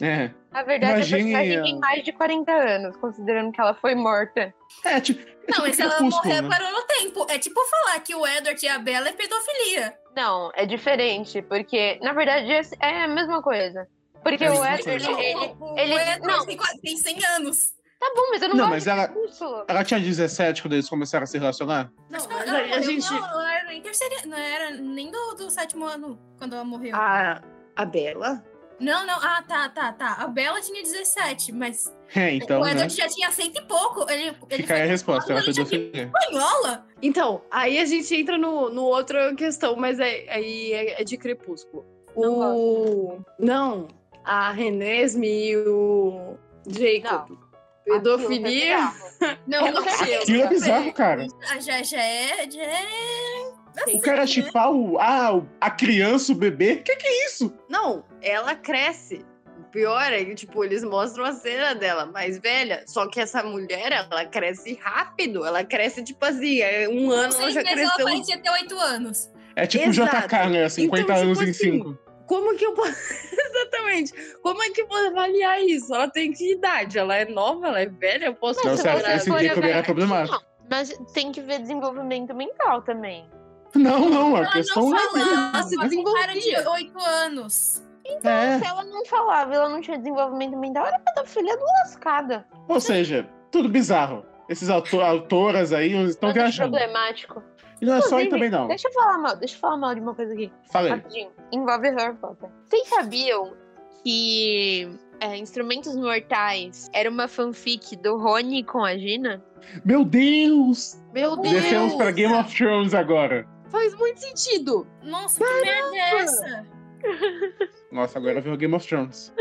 Speaker 1: É.
Speaker 6: Na verdade,
Speaker 1: Imagine,
Speaker 6: a personagem
Speaker 1: ah,
Speaker 6: tem mais de 40 anos, considerando que ela foi morta.
Speaker 1: É, tipo, é
Speaker 5: Não,
Speaker 1: tipo
Speaker 5: mas se ela
Speaker 1: Crepúsculo,
Speaker 5: morrer,
Speaker 1: né?
Speaker 5: parou no tempo. É tipo falar que o Edward e a Bella é pedofilia.
Speaker 6: Não, é diferente, porque, na verdade, é- é a mesma coisa. Porque
Speaker 1: É
Speaker 6: o
Speaker 1: uma
Speaker 6: Edward,
Speaker 1: coisa.
Speaker 6: ele...
Speaker 5: o,
Speaker 6: ele-
Speaker 5: o Edward
Speaker 6: não.
Speaker 5: tem, qua- tem 100 anos.
Speaker 6: Tá bom, mas eu não,
Speaker 1: Não,
Speaker 6: gosto
Speaker 1: mas
Speaker 6: de
Speaker 1: ela-
Speaker 6: Crepúsculo.
Speaker 1: Ela tinha 17 quando eles começaram a se relacionar?
Speaker 4: Não,
Speaker 5: Ela
Speaker 4: mas
Speaker 5: não,
Speaker 4: aí a
Speaker 5: morreu,
Speaker 4: gente.
Speaker 5: não, ela era nem terceira, não era nem do, do sétimo ano quando ela morreu.
Speaker 1: Ah.
Speaker 4: A, a Bela?
Speaker 5: Não, não, ah, tá, tá, tá. A Bella tinha 17, mas
Speaker 1: É, então,
Speaker 5: o
Speaker 1: né?
Speaker 5: Edward já tinha cento e pouco. Ele, ele
Speaker 1: Fica aí a
Speaker 5: foi
Speaker 1: resposta. Ela assim.
Speaker 5: ele tinha que-
Speaker 1: pedofilia.
Speaker 5: espanhola?
Speaker 4: Então, aí a gente entra no, no outra questão, mas é- aí é, é de crepúsculo.
Speaker 6: Não
Speaker 4: O. Não, a Renesme e o Jacob. tá
Speaker 6: Aquilo, tá bizarro.
Speaker 4: Pedofilia.
Speaker 5: Não, não.
Speaker 1: Aquilo é bizarro, cara.
Speaker 5: Ah, já, já é, já é.
Speaker 1: O cara chipar o, ah, o- a criança, o bebê. O que, que é isso?
Speaker 4: Não, ela cresce. O Pior é que, tipo, eles mostram a cena dela mais velha. Só que essa mulher, ela cresce rápido. Ela cresce, tipo assim, é um ano ela
Speaker 5: Seis
Speaker 4: já
Speaker 5: meses ela
Speaker 4: cresceu.
Speaker 5: parecia ter oito anos.
Speaker 1: É tipo o
Speaker 4: Exato.
Speaker 1: JK, né? 50
Speaker 4: Então, tipo
Speaker 1: anos em
Speaker 4: assim,
Speaker 1: 5.
Speaker 4: Como que eu posso. Exatamente. Como é que eu posso avaliar isso? Ela tem que idade? Ela é nova? Ela é velha? Eu posso.
Speaker 1: Não,
Speaker 6: se
Speaker 1: certo.
Speaker 6: você
Speaker 1: Esse
Speaker 6: for
Speaker 1: Jacob era
Speaker 6: avaliar-
Speaker 1: problemático.
Speaker 6: Não, Mas tem que ver desenvolvimento mental também.
Speaker 1: Não, não, a
Speaker 5: Ela
Speaker 1: questão
Speaker 5: não
Speaker 1: é.
Speaker 5: falava,
Speaker 4: ela se
Speaker 5: ela tem cara de
Speaker 4: desenvolvia.
Speaker 5: oito anos.
Speaker 1: é.
Speaker 6: Então, Se ela não falava, ela não tinha desenvolvimento mental, era pedofilia do lascada.
Speaker 1: Ou seja, tudo bizarro. Esses auto- autoras aí estão
Speaker 6: Tanto de
Speaker 1: viajando.
Speaker 6: tá problemático.
Speaker 1: E não é só aí
Speaker 6: Inclusive,
Speaker 1: também, não.
Speaker 6: Deixa eu falar mal, deixa eu falar mal de uma coisa aqui,
Speaker 1: Falei.
Speaker 6: rapidinho. Envolve Harry Potter. Vocês sabiam que é, Instrumentos Mortais era uma fanfic do Rony com a Gina?
Speaker 1: Meu Deus!
Speaker 4: Meu
Speaker 1: Descemos pra
Speaker 4: Deus!
Speaker 1: Game of Thrones agora.
Speaker 4: Faz muito sentido.
Speaker 5: Nossa, que merda é essa?
Speaker 1: Nossa, agora veio Game of Thrones.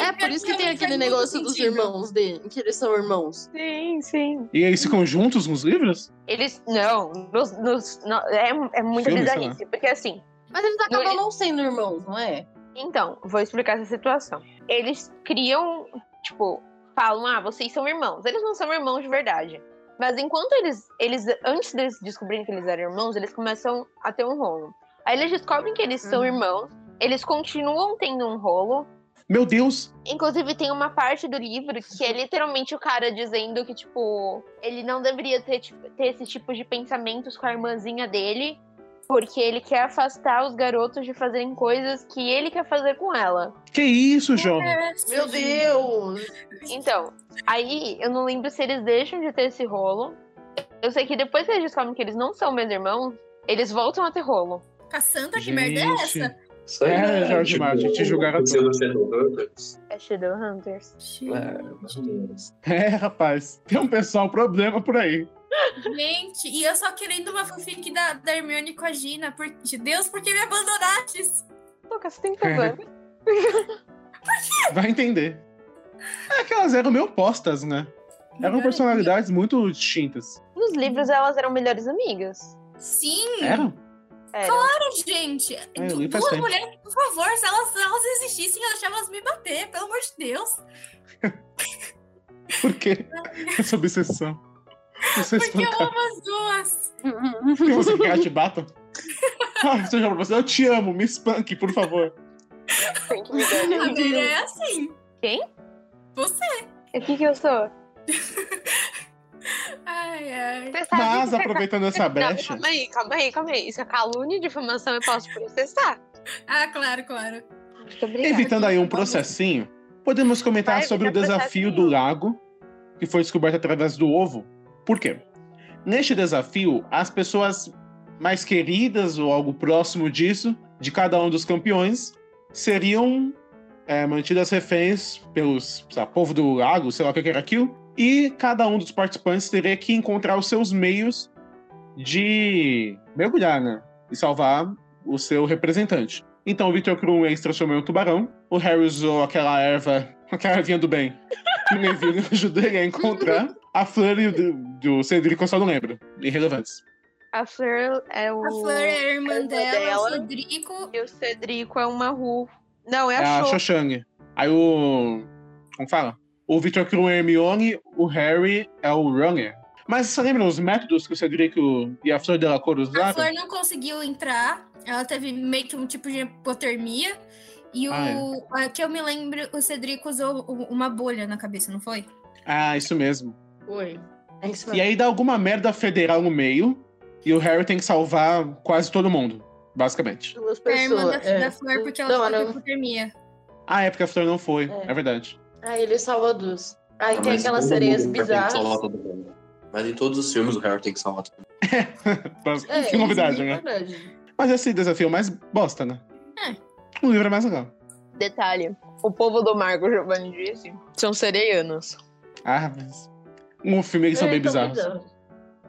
Speaker 4: É, por isso que tem
Speaker 5: Faz
Speaker 4: aquele
Speaker 5: muito
Speaker 4: negócio dos
Speaker 5: sentido.
Speaker 4: irmãos dele, que eles são irmãos.
Speaker 7: Sim, sim.
Speaker 1: E eles ficam juntos nos livros?
Speaker 6: Eles. Não, nos- nos- no- é, é muita
Speaker 1: Filme, sei
Speaker 6: bizarrice. Porque assim,
Speaker 4: Mas eles
Speaker 6: Não,
Speaker 4: acabam
Speaker 6: e-
Speaker 4: não sendo irmãos, não é?
Speaker 6: Então, vou explicar essa situação. Eles criam, tipo, falam, ah, vocês são irmãos. Eles não são irmãos de verdade. Mas enquanto eles, eles antes deles descobrirem que eles eram irmãos, eles começam a ter um rolo. Aí eles descobrem que eles são
Speaker 4: Uhum.
Speaker 6: irmãos, eles continuam tendo um rolo.
Speaker 1: Meu Deus!
Speaker 6: Inclusive, tem uma parte do livro que é literalmente o cara dizendo que, tipo, ele não deveria ter, tipo, ter esse tipo de pensamentos com a irmãzinha dele, porque ele quer afastar os garotos de fazerem coisas que ele quer fazer com ela.
Speaker 1: Que isso,
Speaker 5: É,
Speaker 1: jovem?
Speaker 5: Meu
Speaker 4: Deus!
Speaker 6: Então, aí eu não lembro se eles deixam de ter esse rolo. Eu sei que depois que eles descobrem que eles não são meus irmãos, eles voltam a ter rolo.
Speaker 5: Cassandra, que merda é essa?
Speaker 2: Isso aí,
Speaker 1: É,
Speaker 2: né?
Speaker 1: Jorge Martin, te julgaram
Speaker 2: o
Speaker 1: tudo.
Speaker 2: Shadowhunters.
Speaker 6: É Shadowhunters.
Speaker 2: É, mais ou menos.
Speaker 1: É, rapaz. Tem um pessoal problema por aí.
Speaker 5: Gente, e eu só querendo uma fanfic da, da Hermione com a Gina. Por, de Deus, por que me abandonaste?
Speaker 6: Lucas, você tem problema.
Speaker 1: Vai entender. É que elas eram meio opostas, né? Eram personalidades muito distintas.
Speaker 6: Nos livros, elas eram melhores amigas.
Speaker 5: Sim,
Speaker 1: Eram?
Speaker 6: Era.
Speaker 5: gente.
Speaker 1: É, eu
Speaker 5: Du-
Speaker 1: li faz
Speaker 5: Duas
Speaker 1: tempo.
Speaker 5: mulheres, por favor, se elas, se elas existissem, eu deixava elas me bater, pelo amor de Deus.
Speaker 1: Por quê? Essa obsessão. Você
Speaker 5: Porque eu
Speaker 1: espancar.
Speaker 5: amo as duas.
Speaker 1: Porque você quer que te batam? Ah, você já falou pra você, eu te amo, me espanque, por favor.
Speaker 6: Tem que me dar.
Speaker 5: A Bíblia é assim.
Speaker 6: Quem?
Speaker 5: Você.
Speaker 6: O que que eu sou?
Speaker 5: Ai, ai.
Speaker 7: Você sabe
Speaker 1: Mas,
Speaker 7: que você-
Speaker 1: aproveitando essa
Speaker 7: Não,
Speaker 1: brecha,
Speaker 7: calma aí, calma aí, calma aí. Isso é calúnia e difamação, eu posso processar.
Speaker 5: Ah, claro, claro.
Speaker 6: Muito obrigada.
Speaker 1: evitando aí um processinho, podemos comentar
Speaker 6: Vai
Speaker 1: sobre o
Speaker 6: evitar
Speaker 1: desafio do
Speaker 6: processinho.
Speaker 1: lago, que foi descoberto através do ovo. Por quê? Neste desafio, as pessoas mais queridas ou algo próximo disso, de cada um dos campeões, seriam é, mantidas reféns pelos sei lá, povo do lago, sei lá o que que era aquilo, e cada um dos participantes teria que encontrar os seus meios de mergulhar, né? E salvar o seu representante. Então o Victor Krum se transformou em um tubarão, o Harry usou aquela erva, aquela ervinha do bem, que o Neville ajudou ele a encontrar, a Fleur e o do, do Cedrico eu só não lembro, irrelevantes.
Speaker 6: A Fleur é o.
Speaker 5: A Flor é a irmã
Speaker 6: irmã
Speaker 5: dela, o
Speaker 6: dela.
Speaker 5: Cedrico.
Speaker 6: E o Cedrico é uma Ru. Não, é
Speaker 1: É a
Speaker 6: a Cho.
Speaker 1: Shoshang. Aí o... como fala? O Victor Krum é Hermione, o Harry é o Runner. Mas você lembra os métodos que o Cedrico e a Flor Delacour
Speaker 5: A
Speaker 1: usaram?
Speaker 5: Flor não conseguiu entrar. Ela teve meio que um tipo de hipotermia. E o.
Speaker 1: Ah,
Speaker 5: a que eu me lembro, o Cedrico usou u- uma bolha na cabeça, não foi?
Speaker 1: Ah, isso mesmo.
Speaker 4: Oi. É isso
Speaker 1: E
Speaker 4: mesmo.
Speaker 1: aí dá alguma merda federal no meio e o Harry tem que salvar quase todo mundo, basicamente.
Speaker 4: Duas
Speaker 5: É a irmã da,
Speaker 4: pessoas. é.
Speaker 5: da Flor, porque ela
Speaker 4: Não,
Speaker 5: teve
Speaker 4: não.
Speaker 5: hipotermia.
Speaker 1: Ah, é porque a Flor não foi, é,
Speaker 4: É.
Speaker 1: verdade.
Speaker 4: Aí ele salva duas. Aí tem
Speaker 2: Mas
Speaker 4: aquelas
Speaker 2: todo
Speaker 4: é sereias
Speaker 2: mundo tem que salvar
Speaker 4: bizarras.
Speaker 2: todo mundo. Mas em todos os filmes o Harry tem que salvar todo mundo.
Speaker 1: Mas-
Speaker 4: É,
Speaker 1: que Tá novidade,
Speaker 4: isso é
Speaker 1: né?
Speaker 4: verdade.
Speaker 1: Mas esse desafio é mais bosta, né? O livro é mais legal.
Speaker 6: Detalhe: o povo do Marco Giovanni disse são sereianos.
Speaker 1: Ah, mas. Um filme eles são bem
Speaker 4: Eles É, são
Speaker 1: bizarros.
Speaker 4: bizarros.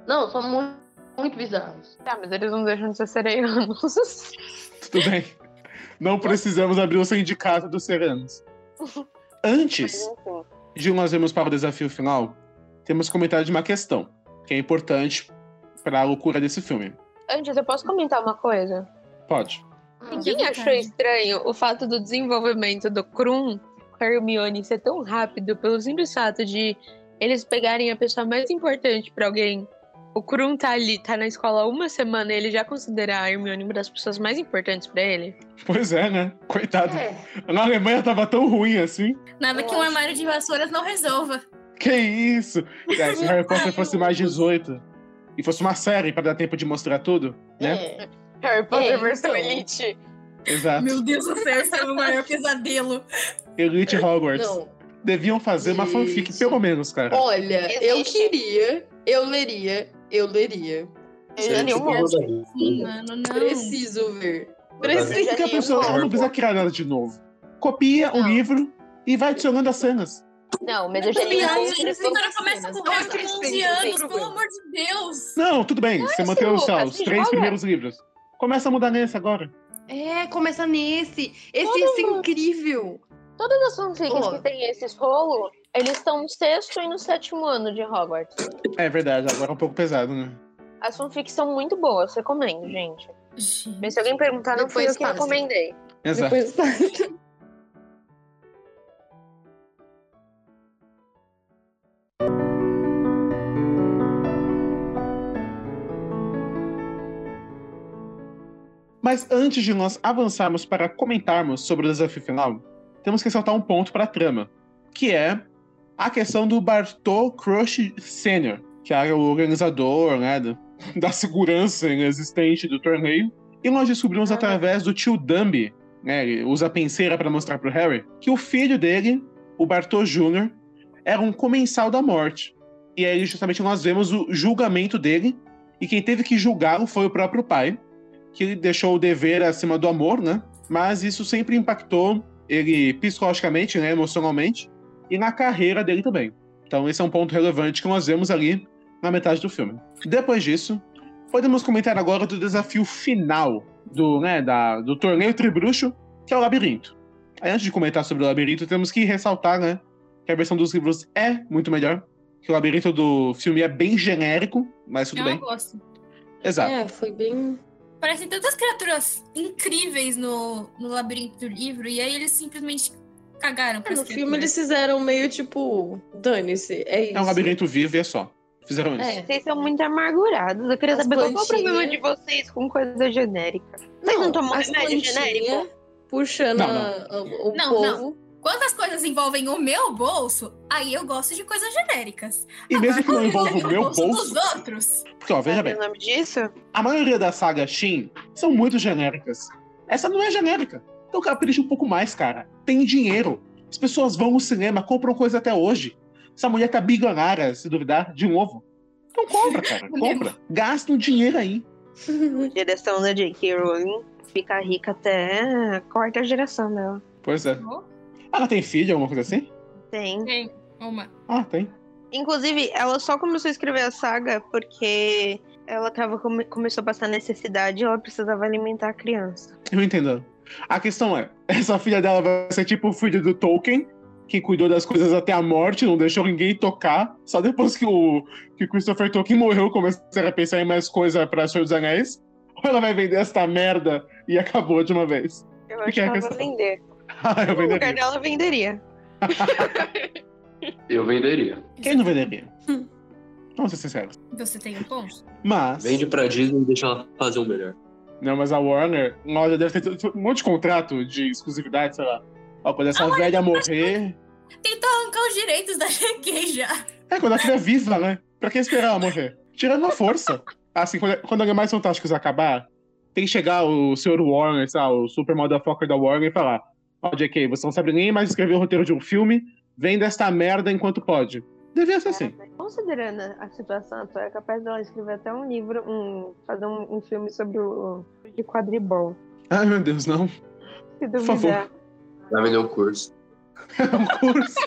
Speaker 4: Não, são muito, muito bizarros.
Speaker 6: Tá, mas eles não deixam de ser sereianos.
Speaker 4: é.
Speaker 1: Tudo bem. Não precisamos abrir o sindicato dos serenos.
Speaker 4: Tá
Speaker 1: Antes de nós irmos para o desafio final, temos comentário de uma questão que é importante para a loucura desse filme.
Speaker 6: Antes, eu posso comentar uma coisa?
Speaker 1: Pode.
Speaker 4: Ah, é.
Speaker 6: Quem
Speaker 5: Fica à
Speaker 6: achou
Speaker 5: vontade.
Speaker 6: estranho o fato do desenvolvimento do Krum com a Hermione ser tão rápido pelo simples fato de eles pegarem a pessoa mais importante pra alguém? O Krum tá ali, tá na escola há uma semana e ele já considera a Hermione uma das pessoas mais importantes pra ele?
Speaker 1: Pois é, né? Coitado.
Speaker 4: É.
Speaker 1: Na Alemanha tava tão ruim assim.
Speaker 5: Nada
Speaker 4: Eu
Speaker 5: que um
Speaker 4: acho
Speaker 5: armário de vassouras não resolva.
Speaker 1: Que isso? Cara, se Harry Potter fosse mais 18 e fosse uma série pra dar tempo de mostrar tudo, né?
Speaker 4: É.
Speaker 6: Harry
Speaker 4: É,
Speaker 6: Potter versão
Speaker 4: então.
Speaker 6: Elite.
Speaker 1: Exato.
Speaker 5: Meu Deus do céu, esse é o meu maior pesadelo.
Speaker 1: Elite Hogwarts.
Speaker 4: Não.
Speaker 1: Deviam fazer uma fanfic,
Speaker 4: Isso.
Speaker 1: pelo menos, cara.
Speaker 4: Olha, eu
Speaker 6: Existe.
Speaker 4: queria, eu leria, eu leria.
Speaker 6: Ele é
Speaker 2: Seria
Speaker 6: nenhum
Speaker 2: tipo
Speaker 6: monstro.
Speaker 2: Rodaviva.
Speaker 5: Sim,
Speaker 4: né?
Speaker 5: mano, não.
Speaker 4: Preciso ver.
Speaker 2: Rodaviva.
Speaker 1: Porque a pessoa ela não precisa criar nada de novo. Copia o
Speaker 6: Não.
Speaker 1: livro e vai adicionando as cenas.
Speaker 6: Não, mas
Speaker 4: Mas
Speaker 6: eu já li um
Speaker 4: também acho
Speaker 5: Criança, eles
Speaker 6: livro
Speaker 4: eles
Speaker 6: todo-
Speaker 4: não-
Speaker 5: agora começam com
Speaker 4: Não,
Speaker 5: 11
Speaker 7: eles
Speaker 5: com
Speaker 7: têm
Speaker 5: 11
Speaker 7: que
Speaker 5: anos,
Speaker 7: ser
Speaker 5: pelo amor de Deus.
Speaker 1: Não, tudo bem. você manteve os,
Speaker 6: Lucas,
Speaker 1: os
Speaker 6: se
Speaker 1: três
Speaker 6: joga.
Speaker 1: primeiros livros. Começa a mudar nesse agora.
Speaker 4: É, começa nesse. Esse
Speaker 6: Todo
Speaker 4: ia ser
Speaker 6: mundo.
Speaker 4: incrível.
Speaker 6: Todas as fanfics
Speaker 4: Ô.
Speaker 6: que tem esses rolos, eles estão no sexto e no sétimo ano de Hogwarts.
Speaker 1: É verdade, agora é um pouco pesado, né?
Speaker 6: As fanfics são muito boas, recomendo, gente.
Speaker 5: Gente.
Speaker 6: Mas se alguém perguntar, não fui eu
Speaker 4: Depois
Speaker 6: que
Speaker 4: passa.
Speaker 6: recomendei.
Speaker 1: Exato.
Speaker 4: Depois tá.
Speaker 1: Mas antes de nós avançarmos para comentarmos sobre o desafio final, temos que ressaltar um ponto pra trama, que é a questão do Bartô Crush Sr., que era o organizador, né, do- da segurança inexistente do torneio. E nós descobrimos através do tio Dumby, né, ele usa a penseira pra mostrar pro Harry, que o filho dele, o Bartô Jr., era um comensal da morte. E aí justamente nós vemos o julgamento dele, e quem teve que julgá-lo foi o próprio pai, que ele deixou o dever acima do amor, né? Mas isso sempre impactou ele psicologicamente, né, emocionalmente, e na carreira dele também. Então esse é um ponto relevante que nós vemos ali na metade do filme. Depois disso, podemos comentar agora do desafio final do, né, da, do torneio Tribruxo, que é o labirinto. Aí, antes de comentar sobre o labirinto, temos que ressaltar, né, que a versão dos livros é muito melhor, que o labirinto do filme é bem genérico, mas tudo
Speaker 5: Eu
Speaker 1: bem.
Speaker 5: não gosto.
Speaker 1: Exato.
Speaker 4: É, foi bem.
Speaker 5: Parecem tantas criaturas incríveis no, no labirinto do livro, e aí eles simplesmente cagaram pra
Speaker 4: No filme eles fizeram meio tipo. Dane-se. É isso.
Speaker 1: É um labirinto vivo e é só. Fizeram isso.
Speaker 4: É.
Speaker 6: Vocês são muito amargurados. Eu queria
Speaker 4: As
Speaker 6: saber qual que é o problema
Speaker 4: plantinhas.
Speaker 6: de vocês com coisa genérica. Vocês não tomam
Speaker 4: as
Speaker 6: remédio
Speaker 4: plantinhas
Speaker 6: genérico?
Speaker 4: Puxando
Speaker 1: Não,
Speaker 4: a- a- o
Speaker 5: Não,
Speaker 4: povo.
Speaker 5: Quando as coisas envolvem o meu bolso, aí eu gosto de coisas genéricas.
Speaker 1: E mesmo que não
Speaker 5: Quando
Speaker 1: envolva o meu bolso,
Speaker 5: dos outros.
Speaker 1: porque, ó, veja
Speaker 6: Sabe
Speaker 1: bem,
Speaker 6: o nome disso?
Speaker 1: a maioria das sagas Shin são muito genéricas. Essa não é genérica. Então capricha um pouco mais, cara. Tem dinheiro. As pessoas vão no cinema, compram coisa até hoje. Essa mulher tá bilionária, se duvidar, de novo. Então compra, cara. Compra. Gasta um dinheiro aí.
Speaker 6: Hum. Direção da J.K. Rowling. Fica rica até a quarta geração dela.
Speaker 1: Pois é.
Speaker 4: Uhum.
Speaker 5: Bom.
Speaker 1: Ela tem filho, alguma coisa assim?
Speaker 6: Tem.
Speaker 5: Tem uma.
Speaker 1: Ah, tem.
Speaker 6: Inclusive, ela só começou a escrever a saga porque ela tava, come- começou a passar necessidade e ela precisava alimentar a criança.
Speaker 1: Eu entendo. A questão é, essa filha dela vai ser tipo o filho do Tolkien, que cuidou das coisas até a morte, não deixou ninguém tocar. Só depois que o que Christopher Tolkien morreu, começaram a pensar em mais coisa pra Senhor dos Anéis. Ou ela vai vender esta merda e acabou de uma vez?
Speaker 6: Eu
Speaker 1: Que
Speaker 6: acho
Speaker 1: que
Speaker 6: que
Speaker 1: é
Speaker 6: ela
Speaker 1: essa-
Speaker 6: vai vender.
Speaker 1: Ah, eu
Speaker 6: No lugar
Speaker 1: venderia.
Speaker 6: dela, venderia.
Speaker 2: Eu venderia.
Speaker 1: Quem não venderia? Vamos ser sinceros.
Speaker 5: Você tem um ponto?
Speaker 1: Mas,
Speaker 2: Vende pra Disney e deixa ela fazer o melhor.
Speaker 1: não, mas a Warner, ela já deve ter tido um monte de contrato de exclusividade, sei lá. Ó, quando essa velha morrer.
Speaker 5: Tentou arrancar os direitos da JK já.
Speaker 1: É, quando a filha é viva, né? Pra que esperar ela morrer? Tirando a força. Assim, quando, quando Animais Fantásticos acabar, tem que chegar o Sr. Warner, sei lá, o super motherfucker da Warner e falar ó, JK, você não sabe nem mais escrever o roteiro de um filme, venda esta merda enquanto pode. Devia ser assim.
Speaker 6: Considerando a situação atual, é capaz dela escrever até um livro, um, fazer um, um filme sobre o de quadribol.
Speaker 1: Ai, meu Deus, não.
Speaker 6: Se
Speaker 1: Por favor.
Speaker 6: duvidar.
Speaker 2: Vai vender o curso.
Speaker 1: É um curso.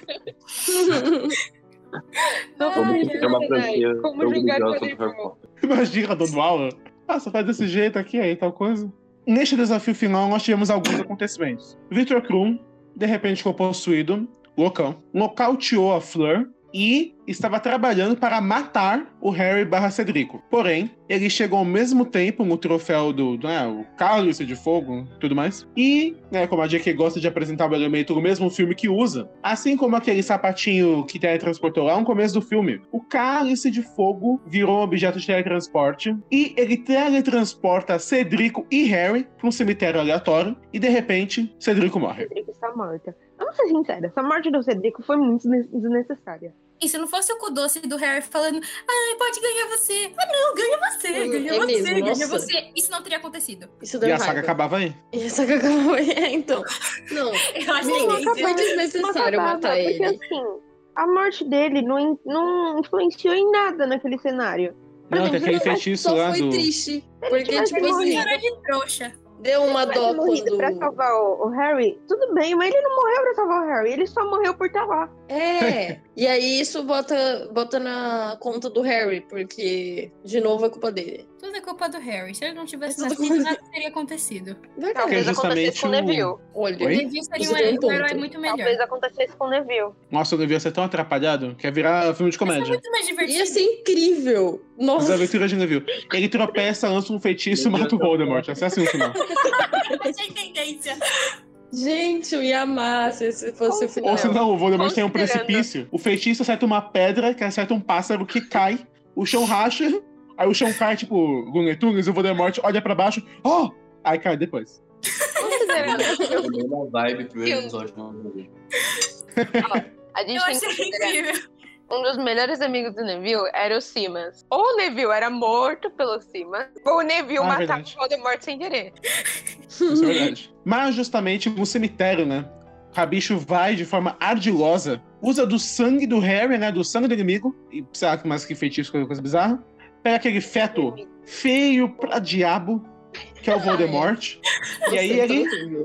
Speaker 6: Ai,
Speaker 2: Vamos criar uma
Speaker 6: ai,
Speaker 2: franquia
Speaker 6: ai, como jogar
Speaker 2: religiosa do
Speaker 6: quadribol.
Speaker 2: Harry Potter.
Speaker 1: Imagina, dando aula. Ah, você faz desse jeito aqui, aí, tal coisa. Neste desafio final, nós tivemos alguns acontecimentos. Victor Krum, de repente, ficou possuído, loucão, nocauteou a Fleur e estava trabalhando para matar o Harry barra Cedrico. Porém, ele chegou ao mesmo tempo no troféu do, do né, o Cálice de Fogo tudo mais. E, né, como a JK gosta de apresentar o elemento do mesmo filme que usa, assim como aquele sapatinho que teletransportou lá no começo do filme, o Cálice de Fogo virou um objeto de teletransporte e ele teletransporta Cedrico e Harry para um cemitério aleatório e, de repente, Cedrico
Speaker 6: O
Speaker 1: morre.
Speaker 6: Cedrico está morta. Vamos ser sincera, essa morte do Cedrico foi muito des- desnecessária.
Speaker 5: E se não fosse o cu doce do Harry falando, ai, pode ganhar você. Ah, não, ganha você,
Speaker 4: Hum,
Speaker 5: ganha
Speaker 4: é
Speaker 5: você,
Speaker 4: mesmo,
Speaker 5: ganha
Speaker 4: nossa.
Speaker 5: você. Isso não teria acontecido.
Speaker 4: Isso deu
Speaker 1: E a
Speaker 4: raiva.
Speaker 1: saga acabava aí.
Speaker 4: E a saga acabou. É, então. Não,
Speaker 5: Eu acho
Speaker 4: Sim,
Speaker 5: que é
Speaker 4: foi
Speaker 6: Não
Speaker 4: desnecessário
Speaker 6: acabava,
Speaker 4: matar
Speaker 6: porque
Speaker 4: ele.
Speaker 6: assim, a morte dele não, in- não influenciou em nada naquele cenário. Por
Speaker 1: Não, tem aquele
Speaker 6: exemplo, mas
Speaker 1: feitiço
Speaker 4: Só
Speaker 1: lá
Speaker 4: foi
Speaker 1: do.
Speaker 4: triste. Porque,
Speaker 6: Mas
Speaker 4: tipo
Speaker 6: ele
Speaker 4: assim,
Speaker 6: morreu.
Speaker 5: cara de trouxa.
Speaker 4: deu uma
Speaker 6: se
Speaker 4: dó
Speaker 6: tivesse morrido
Speaker 4: quando.
Speaker 6: pra salvar o, o Harry, tudo bem, mas ele não morreu pra salvar o Harry, ele só morreu por estar lá.
Speaker 4: É. E aí isso bota, bota na conta do Harry, porque, de novo, é culpa dele.
Speaker 5: Tudo é culpa do Harry. Se ele não tivesse
Speaker 4: Tudo
Speaker 5: nascido,
Speaker 4: culpa
Speaker 5: nada teria acontecido.
Speaker 4: Verdade.
Speaker 6: Talvez acontecesse com o
Speaker 1: justamente o-
Speaker 6: Neville.
Speaker 4: Olha.
Speaker 5: O
Speaker 1: Oi?
Speaker 5: Neville seria
Speaker 4: Você tem um
Speaker 5: um, um herói
Speaker 4: ponto.
Speaker 5: muito melhor.
Speaker 6: Talvez acontecesse com o Neville.
Speaker 1: Nossa, eu devia ser tão atrapalhado que ia virar filme de
Speaker 5: Isso é
Speaker 1: comédia.
Speaker 5: muito mais divertido.
Speaker 4: Ia ser incrível.
Speaker 1: As
Speaker 4: Nossa.
Speaker 1: aventuras de Neville. Ele tropeça, lança um feitiço e mata o Voldemort. Esse é assim o final.
Speaker 5: Achei tendência.
Speaker 4: Gente, eu ia amar se esse fosse o final.
Speaker 1: Ou senão o Voldemort tem um
Speaker 6: Considerando.
Speaker 1: precipício. O feitiço acerta uma pedra que acerta um pássaro que cai. O chão racha. Aí o chão cai, tipo, Looney Tunes. E o Voldemort olha pra baixo. Oh! Aí cai depois.
Speaker 6: considerando.
Speaker 2: Também na vibe primeiro
Speaker 6: Eu-
Speaker 2: episódio. mano.
Speaker 5: Eu
Speaker 6: A gente tem que
Speaker 5: achei
Speaker 6: considerar
Speaker 5: incrível.
Speaker 6: um dos melhores amigos do Neville era o Simas. Ou o Neville era morto pelo Simas, ou o Neville
Speaker 1: Ah,
Speaker 6: matava
Speaker 1: verdade.
Speaker 6: o Voldemort sem querer.
Speaker 1: Isso é verdade. Mas justamente no cemitério, né? Rabicho vai de forma ardilosa, usa do sangue do Harry, né? Do sangue do inimigo, e sei lá, mais que feitiço, coisa, coisa bizarra. Pega aquele feto feio pra diabo, que é o Voldemort, e aí ele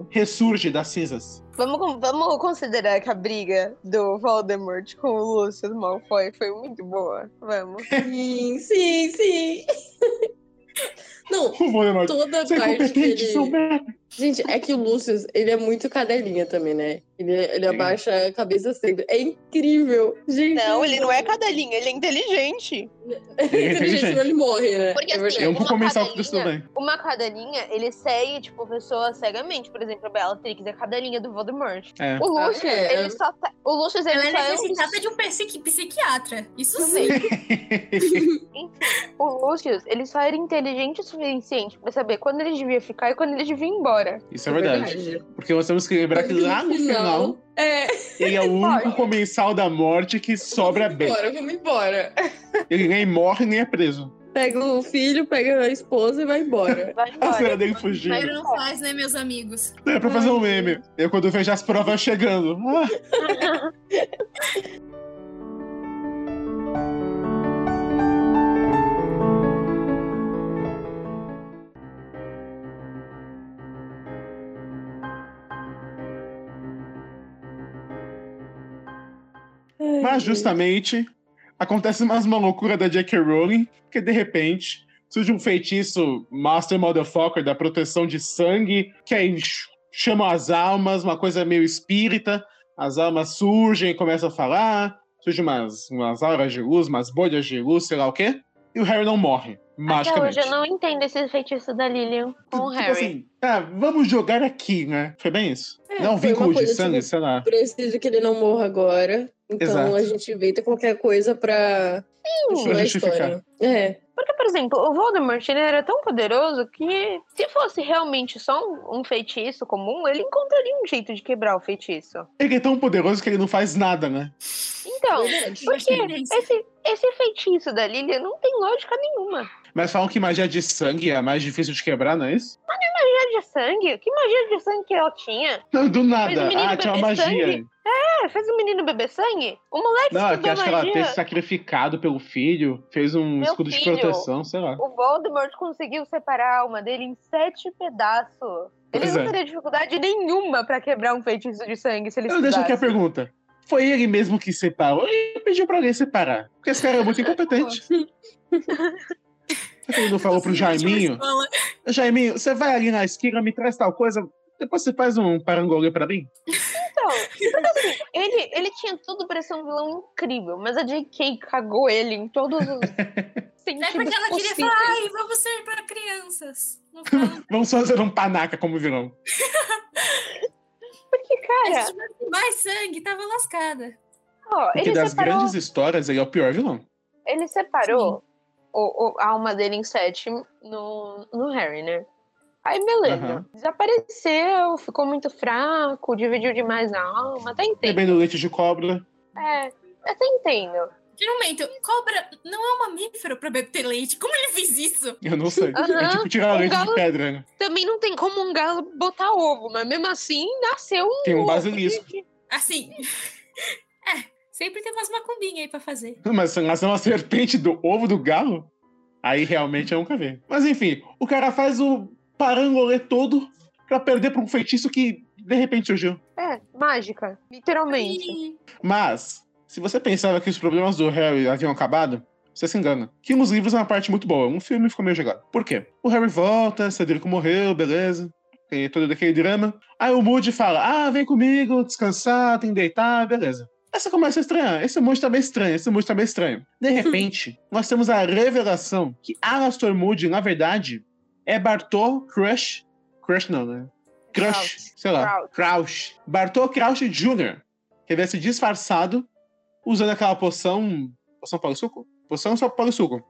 Speaker 1: ressurge das cinzas.
Speaker 6: Vamos, con- vamos considerar que a briga do Voldemort com o Lúcio Malfoy foi muito boa. Vamos.
Speaker 4: Sim, sim, sim. Não,
Speaker 1: O Voldemort,
Speaker 4: toda
Speaker 1: você é
Speaker 4: parte que
Speaker 1: incompetente,
Speaker 4: ele...
Speaker 1: seu merda.
Speaker 4: Gente, é que o Lúcio, ele é muito cadelinha também, né? Ele, ele abaixa a cabeça sempre. É incrível. Gente,
Speaker 6: Não, ele não é cadelinha, ele é inteligente.
Speaker 1: Ele é
Speaker 4: inteligente, senão
Speaker 1: inteligente. um
Speaker 4: ele morre, né?
Speaker 6: Porque
Speaker 4: É
Speaker 6: assim,
Speaker 4: verdade.
Speaker 1: Eu vou
Speaker 6: Uma
Speaker 1: começar o que
Speaker 6: cadelinha.
Speaker 1: bem.
Speaker 6: Uma cadelinha, ele segue, tipo, pessoas cegamente. Por exemplo, a Bellatrix é a cadelinha do Voldemort.
Speaker 1: É.
Speaker 6: O Lúcio,
Speaker 4: Ah, é.
Speaker 6: ele só tá- O Lúcio, ele
Speaker 5: Ela
Speaker 6: só
Speaker 5: é
Speaker 6: é um
Speaker 5: necessitada de um psiqui- psiquiatra. Isso sim.
Speaker 6: Também. O Lucius, ele só era inteligente o suficiente pra saber quando ele devia ficar e quando ele devia ir embora.
Speaker 1: Isso é verdade. Porque nós temos que lembrar que
Speaker 4: Mas
Speaker 1: lá no final,
Speaker 4: É,
Speaker 1: ele é o
Speaker 6: Embora.
Speaker 1: único comensal da morte que sobra
Speaker 4: vamos
Speaker 1: é bem.
Speaker 4: embora, vamos embora.
Speaker 6: É
Speaker 1: Ele nem morre, nem é preso.
Speaker 4: Pega o filho, pega a esposa e vai embora.
Speaker 6: Vai
Speaker 1: A cena
Speaker 6: embora.
Speaker 1: dele fugindo.
Speaker 5: Mas não faz, né, meus amigos?
Speaker 1: É pra fazer um meme. Eu quando vejo as provas chegando. Ah, Mas ah, justamente acontece mais uma loucura da J.K. Rowling, que de repente surge um feitiço Master Motherfucker da proteção de sangue, que aí ch- chama as almas, uma coisa meio espírita. As almas surgem, começam a falar, surgem umas, umas auras de luz, umas bolhas de luz, sei lá o quê. E o Harry não morre,
Speaker 6: Até
Speaker 1: magicamente.
Speaker 6: hoje eu não entendo esse feitiço da Lilian com o
Speaker 1: Tipo
Speaker 6: Harry.
Speaker 1: assim, tá, vamos jogar aqui, né? Foi bem isso?
Speaker 4: É,
Speaker 1: não,
Speaker 4: foi uma
Speaker 1: vínculo de
Speaker 4: coisa,
Speaker 6: assim,
Speaker 1: sangue,
Speaker 4: tipo,
Speaker 1: sei lá.
Speaker 4: Preciso que ele não morra agora. Então
Speaker 1: Exato.
Speaker 4: a gente inventa qualquer coisa pra continuar a
Speaker 1: justificar.
Speaker 4: história. É.
Speaker 6: Porque, por exemplo, o Voldemort ele era tão poderoso que se fosse realmente só um, um feitiço comum, ele encontraria um jeito de quebrar o feitiço.
Speaker 1: Ele é tão poderoso que ele não faz nada, né?
Speaker 6: Então,
Speaker 4: verdade.
Speaker 6: por quê?
Speaker 5: Experiência.
Speaker 6: Esse, esse feitiço da Lilian não tem lógica nenhuma.
Speaker 1: Mas falam que magia de sangue é a mais difícil de quebrar, não é isso?
Speaker 6: Magia de sangue? Que magia de sangue que ela tinha?
Speaker 1: Não, do nada.
Speaker 6: menino
Speaker 1: Ah, tinha uma
Speaker 6: bebe
Speaker 1: magia.
Speaker 6: sangue. É, fez o menino beber sangue? O moleque
Speaker 1: Não, é que
Speaker 6: estudou
Speaker 1: acho que ela
Speaker 6: magia.
Speaker 1: teve sacrificado pelo filho, fez um
Speaker 6: Meu
Speaker 1: escudo de
Speaker 6: filho.
Speaker 1: proteção, sei lá.
Speaker 6: O Voldemort conseguiu separar a alma dele em sete pedaços. Ele
Speaker 1: Pois
Speaker 6: não
Speaker 1: é.
Speaker 6: teria dificuldade nenhuma pra quebrar um feitiço de sangue se ele
Speaker 1: Eu deixo aqui a
Speaker 6: estudasse.
Speaker 1: pergunta. Foi ele mesmo que separou? Ele pediu pra alguém separar. Porque esse cara é muito incompetente. Será que ele não falou pro Jaiminho?
Speaker 5: Escola.
Speaker 1: Jaiminho, você vai ali na esquina, me traz tal coisa, depois você faz um parangolê pra mim?
Speaker 6: Então, porque assim, ele, ele tinha tudo pra ser um vilão incrível, mas a J.K. cagou ele em todos os
Speaker 5: É
Speaker 6: sentidos
Speaker 5: porque ela queria
Speaker 6: possíveis.
Speaker 5: falar, ai, vamos ser pra crianças. Não fala.
Speaker 1: Vamos fazer um panaca como vilão.
Speaker 6: Porque,
Speaker 5: Se
Speaker 6: cara,
Speaker 5: tivesse mais sangue, tava lascada.
Speaker 6: ó,
Speaker 1: Porque
Speaker 6: ele
Speaker 1: das
Speaker 6: separou
Speaker 1: grandes histórias, ele é o pior vilão.
Speaker 6: ele separou o, o- a alma dele em sete no, no Harry, né? Aí beleza.
Speaker 1: Aham.
Speaker 6: Desapareceu, ficou muito fraco, dividiu demais a alma, até entendo.
Speaker 1: Bebendo leite de cobra.
Speaker 6: É, até entendo.
Speaker 5: Finalmente, cobra não é um mamífero pra beber leite. Como ele fez isso?
Speaker 1: Eu não sei. É
Speaker 6: Aham.
Speaker 1: tipo tirar
Speaker 6: Um
Speaker 1: leite de
Speaker 6: galo-
Speaker 1: pedra. né?
Speaker 6: Também não tem como um galo botar ovo, mas mesmo assim nasceu um.
Speaker 1: Tem um
Speaker 6: ovo
Speaker 1: basilisco.
Speaker 6: de- de-
Speaker 5: Assim. É, sempre tem umas macumbinhas aí pra fazer.
Speaker 1: Mas se nasceu uma serpente do ovo do galo? Aí realmente eu nunca vi. Mas enfim, o cara faz o parangolê todo pra perder pra um feitiço que de repente surgiu.
Speaker 6: É, mágica, literalmente.
Speaker 5: Ih,
Speaker 1: Mas, se você pensava que os problemas do Harry haviam acabado, você se engana. Que nos livros é uma parte muito boa, um filme ficou meio jogado. Por quê? O Harry volta, Cedrico morreu, beleza. Tem todo aquele drama. Aí o Moody fala: Ah, vem comigo, descansar, tem que deitar, beleza. Aí você começa a estranhar. Esse Moody tá meio estranho, esse Moody tá meio estranho. De repente, nós temos a revelação que Alastor Moody, na verdade, é Bartô Crush. Crush não, né? Crush,
Speaker 6: Crouch.
Speaker 1: sei lá. Crouch. Bartô Crouch Jr que havia se disfarçado usando aquela poção. Poção para o suco? Poção só para o suco.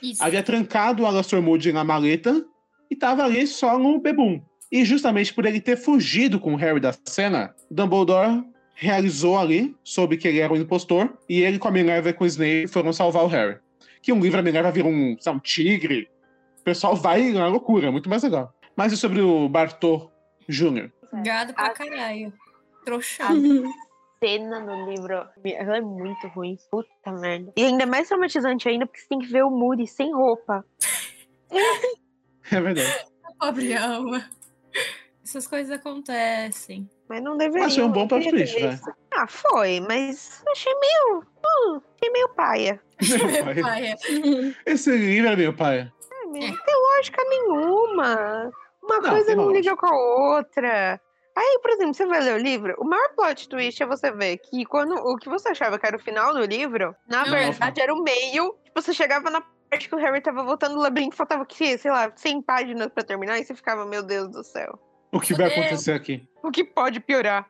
Speaker 5: Isso.
Speaker 1: Havia trancado o Alastor Moody na maleta e tava ali só no bebum. E justamente por ele ter fugido com o Harry da cena, Dumbledore realizou ali, soube que ele era um impostor, e ele com a Minerva e com o Snape foram salvar o Harry. Que um livro a Minerva vira um, sabe, um tigre. O pessoal vai na loucura, é muito mais legal. Mas e sobre o Bartô Jr.?
Speaker 5: Gado pra
Speaker 6: Ah.
Speaker 5: caralho.
Speaker 6: Uhum.
Speaker 5: Trouxado.
Speaker 6: cena no livro. Ela é muito ruim. Puta merda. E ainda é mais traumatizante ainda, porque você tem que ver o Muri sem roupa.
Speaker 1: É verdade.
Speaker 5: Pobre alma. Essas coisas acontecem.
Speaker 6: Mas não deveria.
Speaker 1: Mas foi um bom
Speaker 6: não deveria
Speaker 1: plot twist,
Speaker 6: ter
Speaker 1: né?
Speaker 6: isso. Ah, foi, mas achei meio. hum, achei meio paia.
Speaker 1: Meu pai.
Speaker 5: Pai, é.
Speaker 1: Esse livro é meu pai.
Speaker 6: Ah, meu, Não tem lógica nenhuma. Uma
Speaker 1: Não,
Speaker 6: coisa
Speaker 1: tem
Speaker 6: não
Speaker 1: lógica.
Speaker 6: liga com a outra. Aí, por exemplo, você vai ler o livro, o maior plot twist é você ver que quando o que você achava que era o final do livro, na
Speaker 5: Não,
Speaker 6: verdade era o meio. Tipo, você chegava na parte que o Harry tava voltando do labirinto, faltava, que, sei lá, 100 páginas pra terminar, e você ficava, meu Deus do céu.
Speaker 1: O que vai
Speaker 5: Fudeu.
Speaker 1: acontecer aqui?
Speaker 6: O que pode piorar?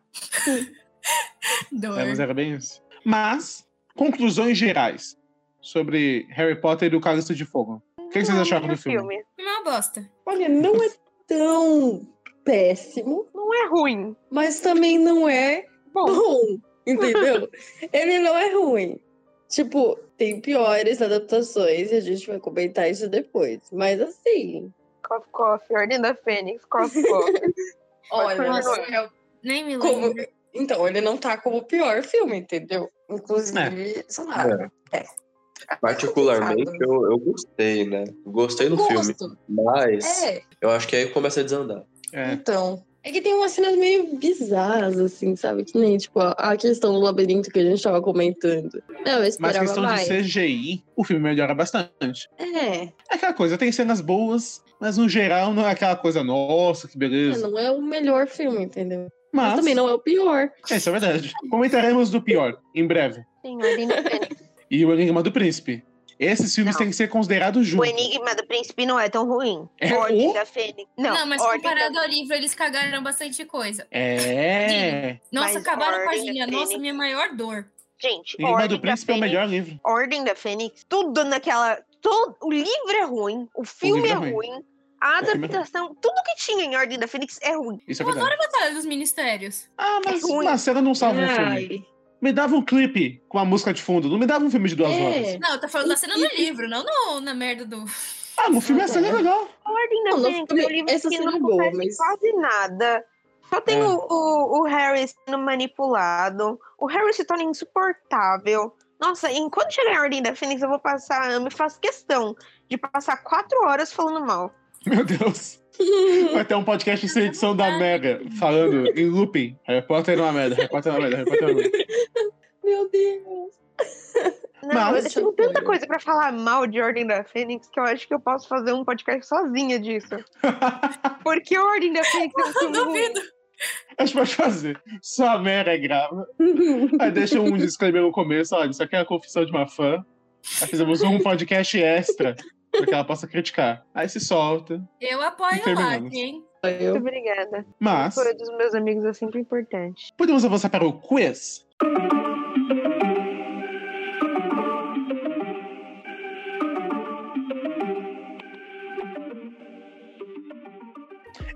Speaker 5: Dor.
Speaker 1: É, mas era bem isso. Mas, conclusões gerais sobre Harry Potter e o Cálice de Fogo. O que, que vocês
Speaker 6: Não,
Speaker 1: acharam do
Speaker 6: não é
Speaker 1: filme?
Speaker 5: Uma bosta.
Speaker 4: Olha, não é tão péssimo,
Speaker 6: Não é ruim.
Speaker 4: mas também não é
Speaker 6: Bom,
Speaker 4: bom, entendeu? Ele não é ruim. Tipo, tem piores adaptações e a gente vai comentar isso depois. Mas assim.
Speaker 6: cof, cof, Ordem da Fênix, cof, cof. Pode
Speaker 4: Olha,
Speaker 6: continuar.
Speaker 4: é o
Speaker 5: Nem me lembro.
Speaker 4: Como- Então, ele não tá como o pior filme, entendeu? Inclusive,
Speaker 1: É.
Speaker 4: sei lá.
Speaker 2: Particularmente,
Speaker 4: Sabe?
Speaker 2: eu, eu gostei, né? Gostei do filme,
Speaker 4: Gosto.
Speaker 2: mas
Speaker 4: É,
Speaker 2: eu acho que aí começa a desandar.
Speaker 1: É.
Speaker 4: então. É que tem umas cenas meio bizarras, assim, sabe? Que nem, tipo, a, a questão do labirinto que a gente tava comentando. Não, eu
Speaker 1: Mas
Speaker 4: esperava
Speaker 1: questão
Speaker 4: mais.
Speaker 1: de CGI, o filme melhora bastante.
Speaker 4: É,
Speaker 1: É aquela coisa, tem cenas boas, mas no geral não é aquela coisa, nossa, que
Speaker 4: é,
Speaker 1: beleza.
Speaker 4: não é o melhor filme, entendeu? Mas,
Speaker 1: mas,
Speaker 4: também não é o pior.
Speaker 1: é, isso é verdade. Comentaremos do pior, em breve.
Speaker 6: Sim, Ordem da Fênix.
Speaker 1: E o Enigma do Príncipe. Esses filmes
Speaker 6: Não.
Speaker 1: têm que ser considerados
Speaker 6: O
Speaker 1: juntos.
Speaker 6: Enigma do Príncipe não é tão ruim.
Speaker 1: É
Speaker 6: Ordem
Speaker 1: o-
Speaker 6: da Fênix. Não,
Speaker 5: Não, mas
Speaker 6: Ordem
Speaker 5: comparado ao livro, eles cagaram bastante coisa.
Speaker 1: É.
Speaker 5: Nossa,
Speaker 6: Mas
Speaker 5: acabaram com a
Speaker 6: Ordem da
Speaker 5: Gília. Nossa,
Speaker 6: Fênix.
Speaker 5: minha maior dor.
Speaker 6: Gente,
Speaker 1: Enigma
Speaker 6: Ordem
Speaker 1: do
Speaker 6: da
Speaker 1: Príncipe é o
Speaker 6: Fênix-
Speaker 1: melhor livro.
Speaker 6: Ordem da Fênix, tudo naquela. Todo, o livro é ruim, o filme
Speaker 1: livro
Speaker 6: é
Speaker 1: é ruim.
Speaker 6: ruim. A
Speaker 1: O filme é ruim.
Speaker 6: adaptação, tudo que tinha em Ordem da Fênix é ruim.
Speaker 1: Isso é
Speaker 5: Eu adoro
Speaker 1: verdade.
Speaker 5: a Batalha dos Ministérios.
Speaker 1: Ah, mas
Speaker 6: É ruim.
Speaker 1: uma cena não salva um filme.
Speaker 4: Ai,
Speaker 1: Me dava um clipe com a música de fundo, não me dava um filme de duas horas.
Speaker 4: é.
Speaker 5: Não, tá falando da cena
Speaker 6: Uhum.
Speaker 5: do livro, não no- na merda do.
Speaker 1: Ah, no filme a cena é legal.
Speaker 6: A Ordem da
Speaker 4: Não, no
Speaker 6: Fênix
Speaker 4: filme,
Speaker 6: é um livro
Speaker 4: essa
Speaker 6: que
Speaker 4: cena
Speaker 6: não
Speaker 4: é boa,
Speaker 6: acontece
Speaker 4: mas-
Speaker 6: quase nada. Só tem
Speaker 1: É.
Speaker 6: o, o, o Harry sendo manipulado, o Harry se torna insuportável. Nossa, enquanto chegar em Ordem da Fênix, eu vou passar, eu me faço questão de passar quatro horas falando mal.
Speaker 1: Meu Deus. Vai ter um podcast sem edição da Mega falando em looping. Harry Potter é uma merda, Harry Potter é uma merda, Harry Potter é uma merda.
Speaker 4: Meu Deus.
Speaker 6: Não,
Speaker 1: Mas-
Speaker 6: eu tenho tanta coisa pra falar mal de Ordem da Fênix que eu acho que eu posso fazer um podcast sozinha disso. Porque Ordem da Fênix é um filme ruim.
Speaker 5: Duvido.
Speaker 1: A gente pode fazer. Só a Mega é grava. Aí deixa um disclaimer no começo, olha, isso aqui é a confissão de uma fã. Aí fizemos um podcast extra pra que ela possa criticar. Aí se solta.
Speaker 5: Eu apoio a
Speaker 1: Terminamos.
Speaker 5: Lari, hein?
Speaker 4: Eu.
Speaker 6: Muito obrigada. A
Speaker 1: Mas
Speaker 6: cultura dos meus amigos é sempre importante.
Speaker 1: podemos avançar para o quiz.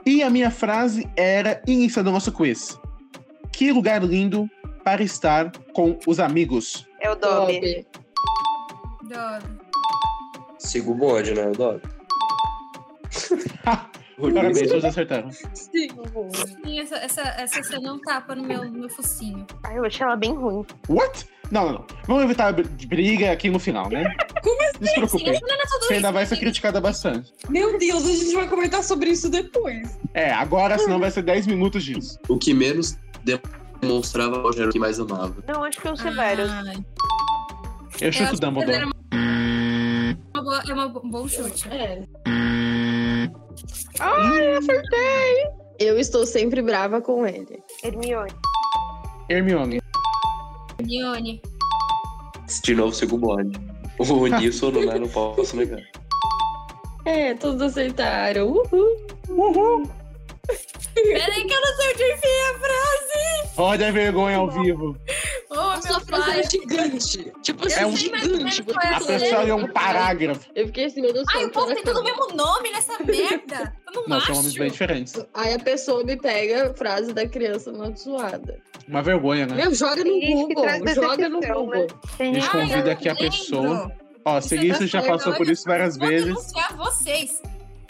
Speaker 1: E a minha frase era, iniciando o nosso quiz: Que lugar lindo para estar com os amigos.
Speaker 6: É o Dobby.
Speaker 4: Dobby.
Speaker 5: Dó.
Speaker 2: Sigo o bonde, né, Dog?
Speaker 1: Parabéns, todos acertaram.
Speaker 4: Sim.
Speaker 5: Sim, Essa, essa, essa cena é um tapa no meu, no meu focinho.
Speaker 6: Ai, eu achei ela bem ruim.
Speaker 1: What? Não, não, não. Vamos evitar br- briga aqui no final, né? Como assim? Não se
Speaker 5: Sim,
Speaker 1: preocupe.
Speaker 5: a cena é tudo
Speaker 1: Você ainda
Speaker 5: isso,
Speaker 1: vai ser
Speaker 5: gente.
Speaker 1: criticada bastante.
Speaker 4: Meu Deus, a gente vai comentar sobre isso depois.
Speaker 1: É, agora senão vai ser 10 minutos disso.
Speaker 2: O que menos demonstrava o gênero que mais amava.
Speaker 6: Não, acho que é o Severus.
Speaker 5: Ah,
Speaker 1: Eu chuto
Speaker 5: acho que
Speaker 1: Dumbledore.
Speaker 5: era é uma boa- é uma bo- um bom chute.
Speaker 4: É.
Speaker 6: Ai,
Speaker 4: Eu estou sempre brava com ele.
Speaker 6: Hermione.
Speaker 1: Hermione.
Speaker 5: Hermione.
Speaker 2: De novo, sigo o bonde. O uníssono, né? Não posso negar.
Speaker 4: É, todos aceitaram. Uhul.
Speaker 1: Uhul!
Speaker 5: Peraí que eu não sei onde enfim.
Speaker 1: Olha a vergonha ao vivo.
Speaker 5: Oh, meu
Speaker 8: mas
Speaker 5: Ai,
Speaker 8: era é gigante. Tipo assim,
Speaker 5: sei
Speaker 8: um
Speaker 5: mais ou menos
Speaker 8: gigante.
Speaker 5: qual é
Speaker 1: A
Speaker 5: Sim.
Speaker 1: pessoa é um parágrafo.
Speaker 8: Eu fiquei assim, meu Deus do
Speaker 5: Ai,
Speaker 8: céu.
Speaker 5: o povo tem
Speaker 8: será que
Speaker 5: todo o mesmo nome nessa merda. Eu não,
Speaker 1: Não,
Speaker 5: acho.
Speaker 1: são nomes bem diferentes.
Speaker 8: Aí a pessoa me pega a frase da criança amaldiçoada.
Speaker 1: Uma vergonha, né?
Speaker 8: Meu, joga no
Speaker 6: Tem gente que
Speaker 8: Google.
Speaker 6: traz
Speaker 8: Joga no
Speaker 6: decepção, né?
Speaker 8: Google.
Speaker 1: A gente
Speaker 5: Ai, eu
Speaker 1: convida
Speaker 5: não
Speaker 1: aqui a
Speaker 5: lembro.
Speaker 1: pessoa. Ó,
Speaker 5: Isso é
Speaker 1: Seguiça já
Speaker 5: vergonha,
Speaker 1: passou por
Speaker 5: olha,
Speaker 1: isso várias
Speaker 5: Vou
Speaker 1: vezes,
Speaker 5: denunciar vocês.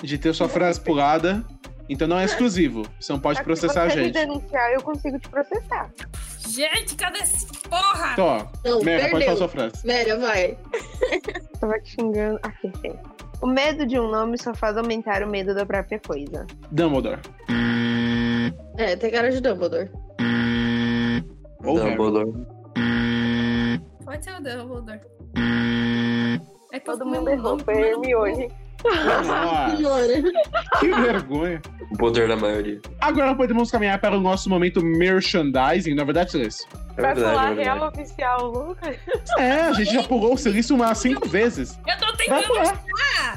Speaker 1: de ter sua frase pulada. Então não é exclusivo. Você não
Speaker 5: Tá
Speaker 1: pode
Speaker 6: Se
Speaker 1: processar a
Speaker 6: você me
Speaker 1: gente.
Speaker 6: denunciar, eu consigo te processar.
Speaker 5: Gente, cadê esse porra?
Speaker 1: Então, ó,
Speaker 8: Não,
Speaker 1: Mera, pode falar
Speaker 8: perdeu.
Speaker 1: sua frase.
Speaker 8: Mera, vai.
Speaker 6: Tava te xingando. Aqui, tem. O medo de um nome só faz aumentar o medo da própria coisa.
Speaker 1: Dumbledore.
Speaker 8: É, tem cara de Dumbledore.
Speaker 1: Ou Harry.
Speaker 2: Dumbledore.
Speaker 5: Pode ser o Dumbledore. É que
Speaker 6: Todo
Speaker 5: eu-
Speaker 6: mundo
Speaker 5: meu
Speaker 6: errou,
Speaker 5: nome-
Speaker 6: foi Hermione.
Speaker 1: Nossa,
Speaker 8: Senhora.
Speaker 1: que vergonha.
Speaker 2: O poder da maioria.
Speaker 1: Agora podemos caminhar para o nosso momento merchandising. Na verdade, Silício.
Speaker 2: É verdade, é verdade.
Speaker 6: oficial, Lucas.
Speaker 1: É, a gente já pulou o Silício umas cinco vezes.
Speaker 5: Eu tô
Speaker 1: Vai
Speaker 5: tentando.
Speaker 1: pular.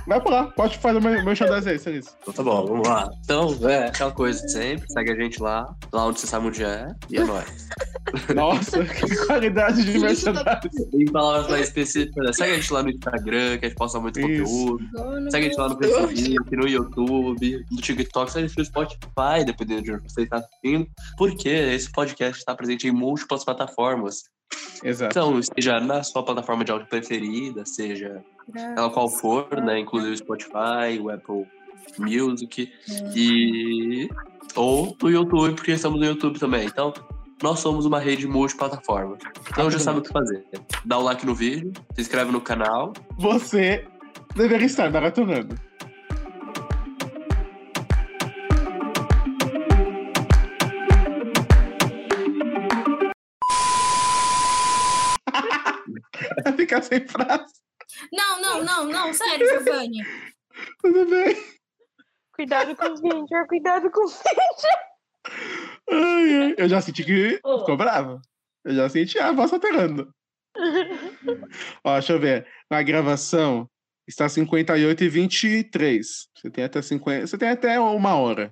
Speaker 1: Vai pular. Pode fazer o meu- merchandising aí, Silício.
Speaker 2: Então tá bom, vamos lá. Então, é aquela coisa de sempre. Segue a gente lá, lá onde você sabe onde é. E é nóis.
Speaker 1: Nossa, que qualidade de merchandising.
Speaker 2: Tem palavras mais específicas. né? Segue a gente lá no Instagram, que a gente posta muito
Speaker 1: Isso.
Speaker 2: conteúdo. Segue a gente lá no Facebook, no YouTube, no TikTok, segue a gente no Spotify, dependendo de onde você está assistindo. Porque esse podcast está presente em múltiplas plataformas.
Speaker 1: Exato.
Speaker 2: Então, seja na sua plataforma de áudio preferida, seja ela qual for, né? Inclusive o Spotify, o Apple Music e. Ou no YouTube, porque estamos no YouTube também. Então, nós somos uma rede multiplataforma. Então já sabe o que fazer. Dá um like no vídeo, se inscreve no canal.
Speaker 1: Você deveria estar maratonando. Vai ficar sem frase,
Speaker 5: Não, não, não, não, sério, Giovanni.
Speaker 1: tudo bem.
Speaker 6: Cuidado com os ninjas, cuidado com os ninjas.
Speaker 1: Ai, ai. Eu já senti que ficou bravo. Eu já senti a voz alterando. Ó, deixa eu ver. Na gravação está 58 e 23. Você tem até 50. Você tem até uma hora.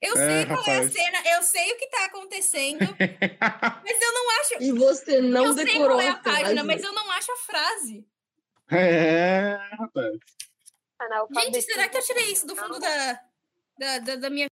Speaker 5: Eu
Speaker 1: É,
Speaker 5: sei qual é a
Speaker 1: rapaz.
Speaker 5: cena, eu sei o que tá acontecendo, mas eu não acho.
Speaker 8: E você não
Speaker 5: eu sei
Speaker 8: decorou
Speaker 5: qual é a página,
Speaker 8: frase.
Speaker 5: mas eu não acho a frase.
Speaker 1: É, rapaz. Tá
Speaker 5: Gente, será que eu tirei isso do fundo da, da, da, da minha